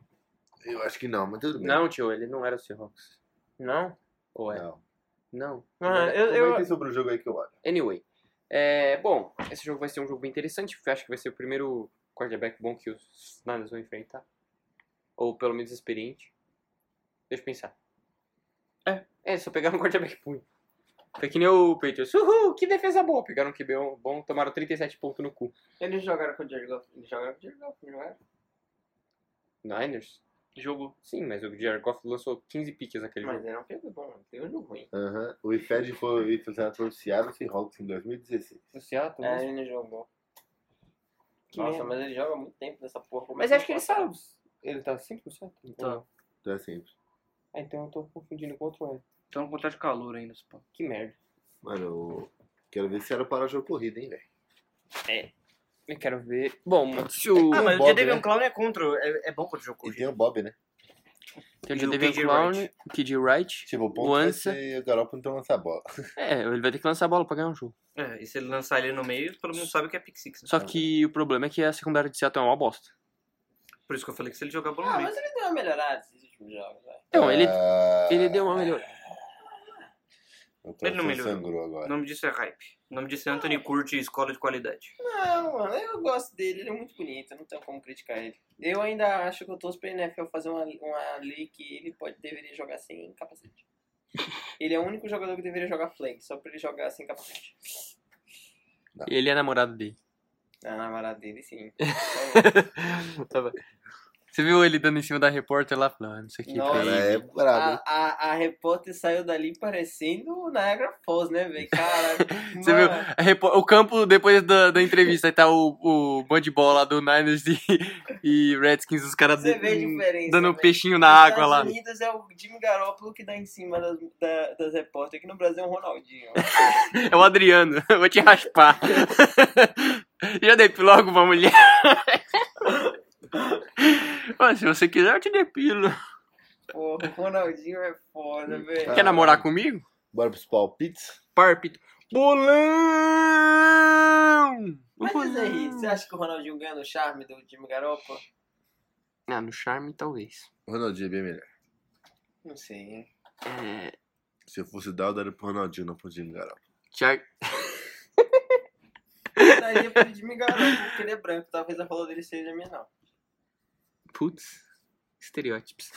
Eu acho que não, mas tudo bem. Não, tio, ele não era o Seahawks. Não? Ou é? Não. Não. Ah, eu, eu, Comentem sobre o jogo aí que eu olho. Anyway. É, bom, esse jogo vai ser um jogo bem interessante. porque eu Acho que vai ser o primeiro quarterback bom que os Niners vão enfrentar. Ou pelo menos experiente. Deixa eu pensar. É, é só pegaram um quarterback ruim. Foi que nem o Patriots. Uhul, que defesa boa. Pegaram um QB bom, tomaram 37 pontos no cu. eles jogaram com o Jared Goff. Eles jogaram com o Jared Goff, não é? Niners? Jogou. Sim, mas o Jared Goff lançou 15 piques naquele Mas jogo. era um QB bom, tem um jogo ruim. Aham. O IFED foi influenciado pelo Seattle Seahawks em 2016. No Seattle, né? É, ele não jogou. Que Nossa, merda. mas ele joga muito tempo nessa porra. Como Mas é acho que ele pode? sabe. Ele tá 5%? Tá. Então é sempre. Ah, então eu tô confundindo com outro ano. Então, contar de calor ainda, esse pau. Que merda. Mano, eu quero ver se era para o jogo corrida, hein, velho. Eu quero ver. Bom, se o. Ah, mas Bob, o Jadavion né? Clown é contra. É, é bom contra o jogo. E tem o Bob, né? Tem o E o Jadavion KJ Clown, Wright. o KJ Wright. Tipo, o ponto O vai Ansa. ser o Garoppolo não lançar a bola. É, ele vai ter que lançar a bola pra ganhar um jogo. É, e se ele lançar ele no meio, todo mundo sabe que é pick six. Né? Só que o problema é que a secundária de Seattle é uma bosta. Por isso que eu falei que se ele jogar a bola Ah, no meio. mas ele deu uma melhorada esses últimos jogos, velho. Então, ele, Ah, ele deu uma melhor. meu Ele não coração melhorou. sangrou O agora. nome disso é hype. O nome disso é Anthony Curti Escola de Qualidade. Não, mano, eu gosto dele, ele é muito bonito, eu não tenho como criticar ele. Eu ainda acho que eu torço pra NFL fazer uma, uma lei que ele pode, deveria jogar sem capacete. Ele é o único jogador que deveria jogar flag, só pra ele jogar sem capacete. Ele é namorado dele. Na namorada dele, sim. Você viu ele dando em cima da repórter lá? Falando, "Ah, não sei o que. Nossa. Cara, baby." é brabo, hein? Ah. A, a, a repórter saiu dali parecendo o Niagara Falls, né, velho? Caralho. Você viu? A repor- O campo, depois da, da entrevista, aí tá o, o bandebol lá do Niners e, e Redskins, os caras Você vê a hum, diferença, né? dando um velho. peixinho na Nos água lá. Estados Unidos é o Jimmy Garoppolo que dá em cima das, da- das repórteres. Aqui no Brasil é o Ronaldinho. É o Adriano, eu vou te raspar. Já depilo logo uma mulher. Mas se você quiser, eu te depilo. Porra, o Ronaldinho é foda, Hum, velho. Quer namorar comigo? Bora pros palpites? Parpito. Bolão! O Mas é Mas aí, Uhum. você acha que o Ronaldinho ganha no charme do time Garopa? Ah, no charme talvez. O Ronaldinho é bem melhor. Não sei, hein? É, Se eu fosse dar, eu daria pro Ronaldinho, não pro Jimmy Garoppolo. Thiago- Eu daria pro time Garopa, porque ele é branco. Talvez a rola dele seja minha, não. Putz, estereótipos.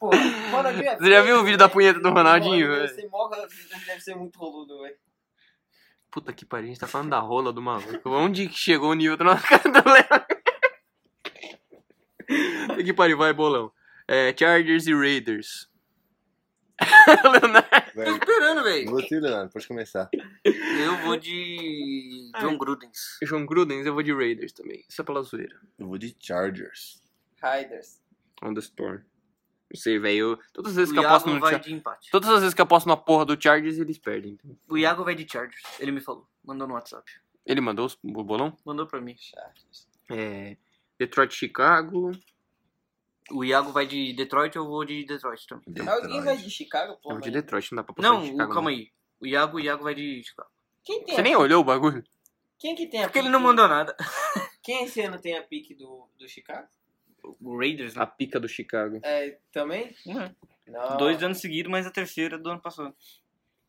Pô, o Ronaldinho é Você já feio, viu o vídeo da velho. punheta do Ronaldinho, Deve velho? ser, mó- deve ser muito roludo, velho. Puta que pariu, a gente tá falando da rola do maluco. Onde que chegou o Newton na cara do Léo? Puta que pariu, vai, bolão. É, Chargers e Raiders. Leonardo, Velho, Esperando, velho. você, Leonardo, pode começar. Eu vou de John Grudens. João Grudens, eu vou de Raiders também. Só pela zoeira. Eu vou de Chargers. Raiders. On the store. Não sei, velho. eu- Todas as O vezes que eu aposto Iago no vai Char... de empate. Todas as vezes que eu aposto na porra do Chargers, eles perdem. O Iago vai de Chargers. Ele me falou. Mandou no WhatsApp. Ele mandou os- o bolão? Mandou pra mim. Chargers. É. Detroit Chicago. O Iago vai de Detroit, eu vou de Detroit também. um Alguém vai Detroit. de Chicago, Eu pô? vou de Detroit, não dá pra apostar Não, em o- Chicago, né? calma aí. O Iago, o Iago vai de Chicago. Quem tem Você a- nem olhou o bagulho? Quem que tem a É Porque ele pique- não mandou nada. Quem esse ano tem a pique do, do Chicago? O Raiders, né? A pica do Chicago. É, também? Não. Ah. Não. Dois anos seguidos, mas a terceira do ano passado.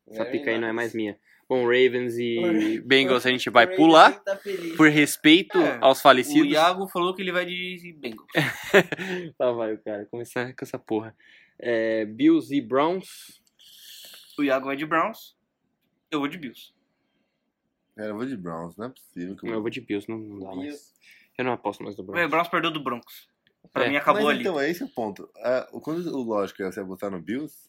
Essa Very pica aí não é nice. mais minha. Bom, Ravens e Oi. Bengals a gente vai Ravens pular. tá feliz. Por respeito É. aos O falecidos. Iago falou que ele vai de Bengals. Lá Tá, vai o cara, começar com essa porra. É, Bills e Browns. O Iago vai de Browns. Eu vou de Bills. Cara, eu vou de Browns, não é possível que Não, eu vou de Bills, não, não dá mais. Bills. Eu não aposto mais do Ué, O Browns. É, Browns perdeu do Broncos. Pra É. mim acabou mas, ali. Então, é esse o ponto. Ah, o- quando o lógico é você botar no Bills,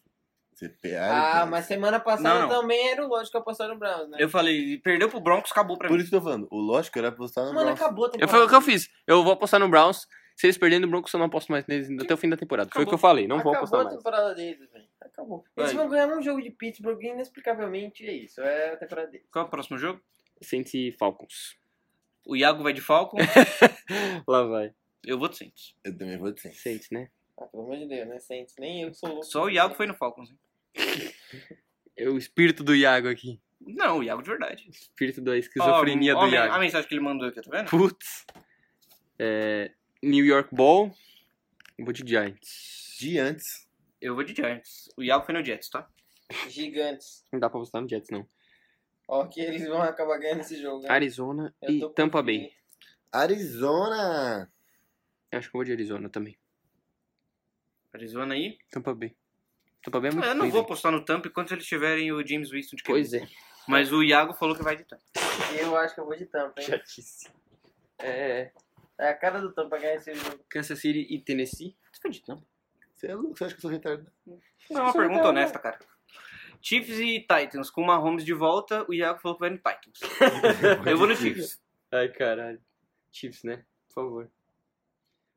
você PA. Ah, mas semana passada Não, não. também era o lógico apostar no Browns, né? Eu falei, perdeu pro Broncos, acabou pra Por mim. isso que eu tô falando, o lógico era botar no Mano, Browns. acabou É, a Eu temporada. falei o que eu fiz. Eu vou apostar no Browns. Se eles perderem no Broncos, eu não aposto mais neles até o fim da temporada. Foi o que eu falei, não Acabou vou apostar a mais. temporada deles, velho. Acabou. Eles Vai. vão ganhar um jogo de Pittsburgh inexplicavelmente, é isso. É a temporada deles. Qual é o próximo jogo? Saints e Falcons. O Iago vai de Falcons, Lá vai. eu vou de Saints. Eu também vou de Saints. Saints, né? Ah, pelo amor de Deus, né, Saints? Nem eu que sou louco. Só o Iago foi no Falcons. hein? É o espírito do Iago aqui. Não, o Iago de verdade. Espírito da esquizofrenia Ó, ó, do Iago. A mensagem que ele mandou aqui, tá vendo? Putz. É, New York Ball. Eu vou de Giants. De antes. Eu vou de Giants. O Iago foi no Jets, tá? Gigantes. Não dá pra apostar no Jets, não. Ó, que eles vão acabar ganhando esse jogo. É. né? Arizona Eu e tô com Tampa fim. Bay. Arizona! Eu acho que eu vou de Arizona também. Arizona aí. Tampa Bay. Tampa Bay é muito Eu não ruim, vou né? apostar no Tampa enquanto eles tiverem o James Winston de QB. Pois é. Mas o Iago falou que vai de Tampa. Eu acho que eu vou de né? Tampa, hein? Chatice. É, É a cara do Tampa ganhar esse jogo. Kansas City e Tennessee. Você foi de Tampa? Você é louco? Você acha que eu sou retardado? Não, é uma pergunta honesta, cara. Chiefs e Titans. Com o Mahomes de volta, o Iago falou que vai no Titans. eu vou no Chiefs. Ai, caralho. Chiefs, né? Por favor.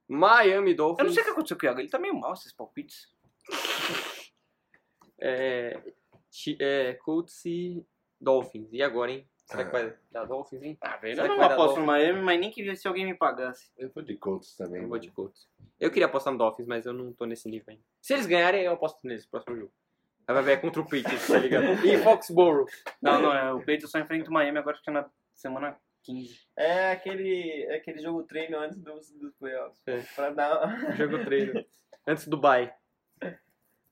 Miami Dolphins. Eu não sei o que aconteceu com o Iago. Ele tá meio mal, esses palpites. É, Chi- é, Colts e Dolphins. E agora, hein? Será que vai dar Dolphins, hein? Ah, velho, Será eu que não vai dar aposto bom? no Miami, mas nem que se alguém me pagasse. Eu vou de Colts também. Eu vou de mano. Colts. Eu queria apostar no Dolphins, mas eu não tô nesse nível ainda. Se eles ganharem, eu aposto neles no próximo jogo. Aí vai ver é contra o Patriots, tá ligado? E Foxborough. Não, não, é, o Peito só enfrenta o Miami agora que tá na semana 15. É aquele, é aquele jogo treino antes dos, dos playoffs. É. Pra dar. Jogo treino. Antes do bye.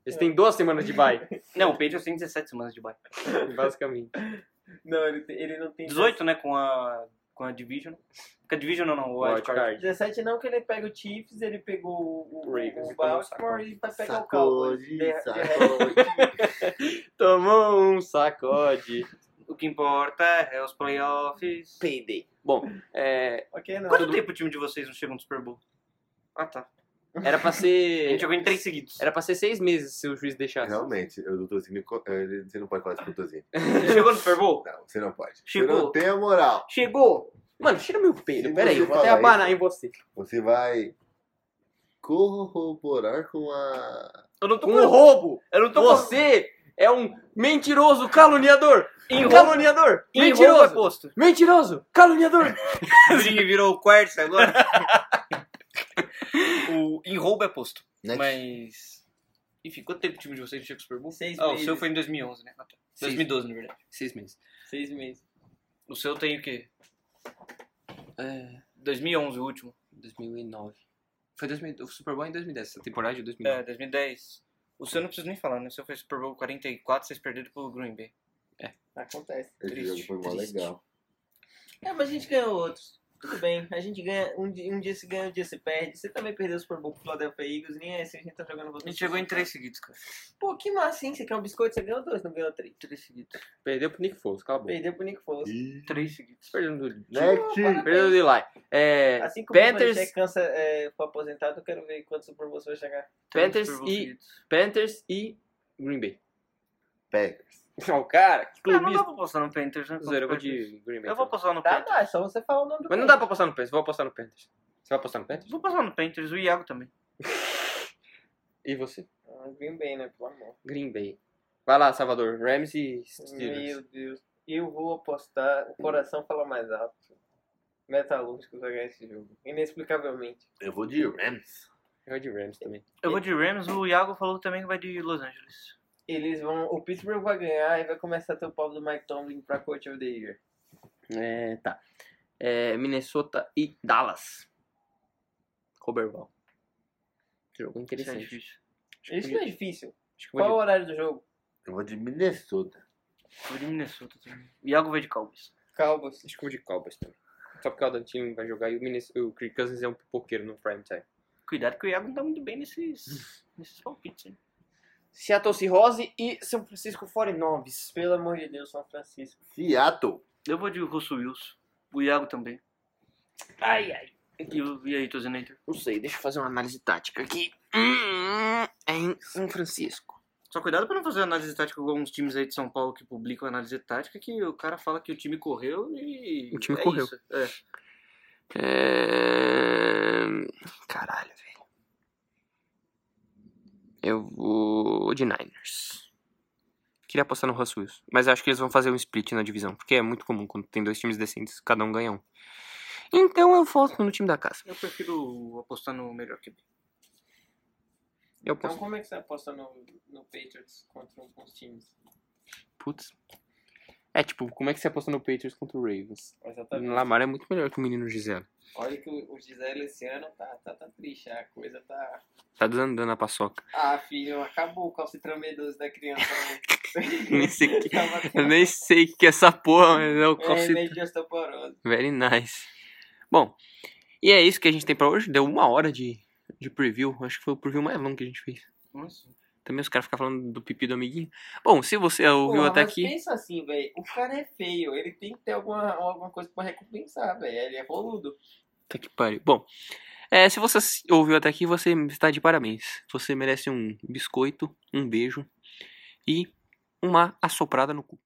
Eles têm duas semanas de bye, Não, o Peito tem 17 semanas de bye. basicamente. Não, ele, tem- ele não tem. 18, né, com a, com a Division. Com a Division não, não, o Wild Wildcard. card. 17 não, que ele pega o Chiefs, ele pegou o, o, Ravens, o então não Baltimore e vai pegar o Cowboys. É, Sacode, De- sacode. Tomou um sacode. O que importa é os playoffs. Payday. Bom, é, de- Ok, não. Quanto tempo o time de vocês não chega no Super Bowl? Ah, tá. era pra A gente ser. jogou em três seguidos. Era pra ser seis meses se o juiz deixasse. Realmente, o doutorzinho, co- ele- você não pode falar de doutorzinho. Você chegou no Super Bowl? Não, você não pode. Tipo, Chegou. Você não tem a moral. Chegou! Mano, tira meu peido. Se Pera aí, você eu vou até falar abanar isso- em você. Você vai corroborar com a... Eu não tô Com o com... um roubo! Eu não tô com... Você é um mentiroso caluniador! Enrolo- Caluniador! Em rolo é Mentiroso! posto. Mentiroso! Caluniador! Ele virou quartzo agora. o enroubo é posto. Next. Mas. Enfim, quanto tempo o time de vocês não chega no Super Bowl? Seis Ah, o meses. seu foi em 2011, né? Ah, tá. 2012, na verdade. Seis meses. Seis meses. O seu tem o quê? É, 2011, o último. 2009. Foi 2000, o Super Bowl é em 2010, essa temporada de 2009. É, 2010. O seu não preciso nem falar, né? O seu foi Super Bowl 44, vocês perderam pro Green Bay. Acontece. Esse é Triste, jogo foi mó triste. legal. É, mas a gente ganhou outros. Tudo bem, a gente ganha, um dia, um dia se ganha, um dia se perde. Você também perdeu o Super Bowl pro Philadelphia Eagles, nem esse a gente tá jogando A gente chegou em três seguidos, cara. Pô, que massa, hein? Você quer um biscoito, você ganhou dois, não ganhou três. Três seguidos. Perdeu pro Nick Foles, cala a boca. Perdeu pro Nick Foles. E... Três seguidos. Perdeu do, Next! perdeu do Eli. É, Assim como o Panthers- Belichick cansa é, for aposentado, eu quero ver quantos Super Bowls vai chegar. Panthers Super Bowl e seguidos. Panthers e Green Bay. Packers. Não, cara, que Cara, Ah, não clubista. dá pra postar no Panthers, né? Contra Zoeira, eu o vou Panthers. de Green Bay. Eu vou postar no Tá, Panthers. tá, é só você falar o nome do Mas não cara. dá pra postar no Panthers, vou postar no Panthers. Você vai postar no Panthers? Vou passar no Panthers, o Iago também. E você? Ah, Green Bay, né? Pelo amor. Green Bay. Vai lá, Salvador. Rams e Meu Steelers. Deus. Eu vou apostar, o coração fala mais alto. Metalúrgico vai ganhar esse jogo. Inexplicavelmente. Eu vou de Rams. Eu de Rams também. Eu vou de Rams, o Iago falou também que vai de Los Angeles. é Eles vão. O Pittsburgh vai ganhar e vai começar a ter o pau do Mike Tomlin pra Coach of the Year. É, tá. É, Minnesota e Dallas. Coberval. Jogo Isso é interessante. difícil. Acho que Isso não podia- é difícil. acho que Qual é o podia- horário do jogo? Eu vou de Minnesota. Eu Vou de Minnesota também. O Iago vai de Cowboys. Cowboys. acho que eu vou de Cowboys também. Só porque o Adam Team vai jogar e o, Minnes- o Kirk Cousins é um pipoqueiro no prime time. Cuidado que o Iago não tá muito bem nesses, nesses palpites, hein? Seattle Seahawks e São Francisco 49 Pelo amor de Deus, São Francisco. Seattle. Eu vou de Russell Wilson. O Iago também. Ai, ai. E, o, e aí, Tozinator? Não sei, deixa eu fazer uma análise tática aqui. Hum, é em São Francisco. Só cuidado pra não fazer análise tática igual uns times aí de São Paulo que publicam análise tática que o cara fala que o time correu e... O time é correu. isso. É. É... Caralho, velho. Eu vou de Niners. Queria apostar no Russell Wilson, mas acho que eles vão fazer um split na divisão, porque é muito comum quando tem dois times decentes, cada um ganha um. Então eu volto no time da casa. Eu prefiro apostar no melhor QB. Eu Então, posso. como é que você aposta no, no Patriots contra alguns times? Putz. É tipo, como é que você aposta no Patriots contra o Ravens? Exatamente. Lamar é muito melhor que o menino Gisele. Olha que o o Gisele esse ano tá, tá, tá triste. A coisa tá. Tá desandando a paçoca. Ah, filho, acabou o calcitrão medoso da criança. né? Nem sei o que. Eu Tava- nem sei o que é essa porra, mas é o É, calcit- meio de osteoporose. Very nice. Bom, e é isso que a gente tem pra hoje. Deu uma hora de, de preview. Acho que foi o preview mais longo que a gente fez. Nossa. Também os caras ficam falando do pipi do amiguinho. Bom, se você ouviu Porra, até mas aqui, Pensa assim, velho. O cara é feio. Ele tem que ter alguma, alguma coisa pra recompensar, velho. Ele é roludo. tá que pariu. Bom, é, se você se- ouviu até aqui, você está de parabéns. Você merece um biscoito, um beijo e uma assoprada no cu.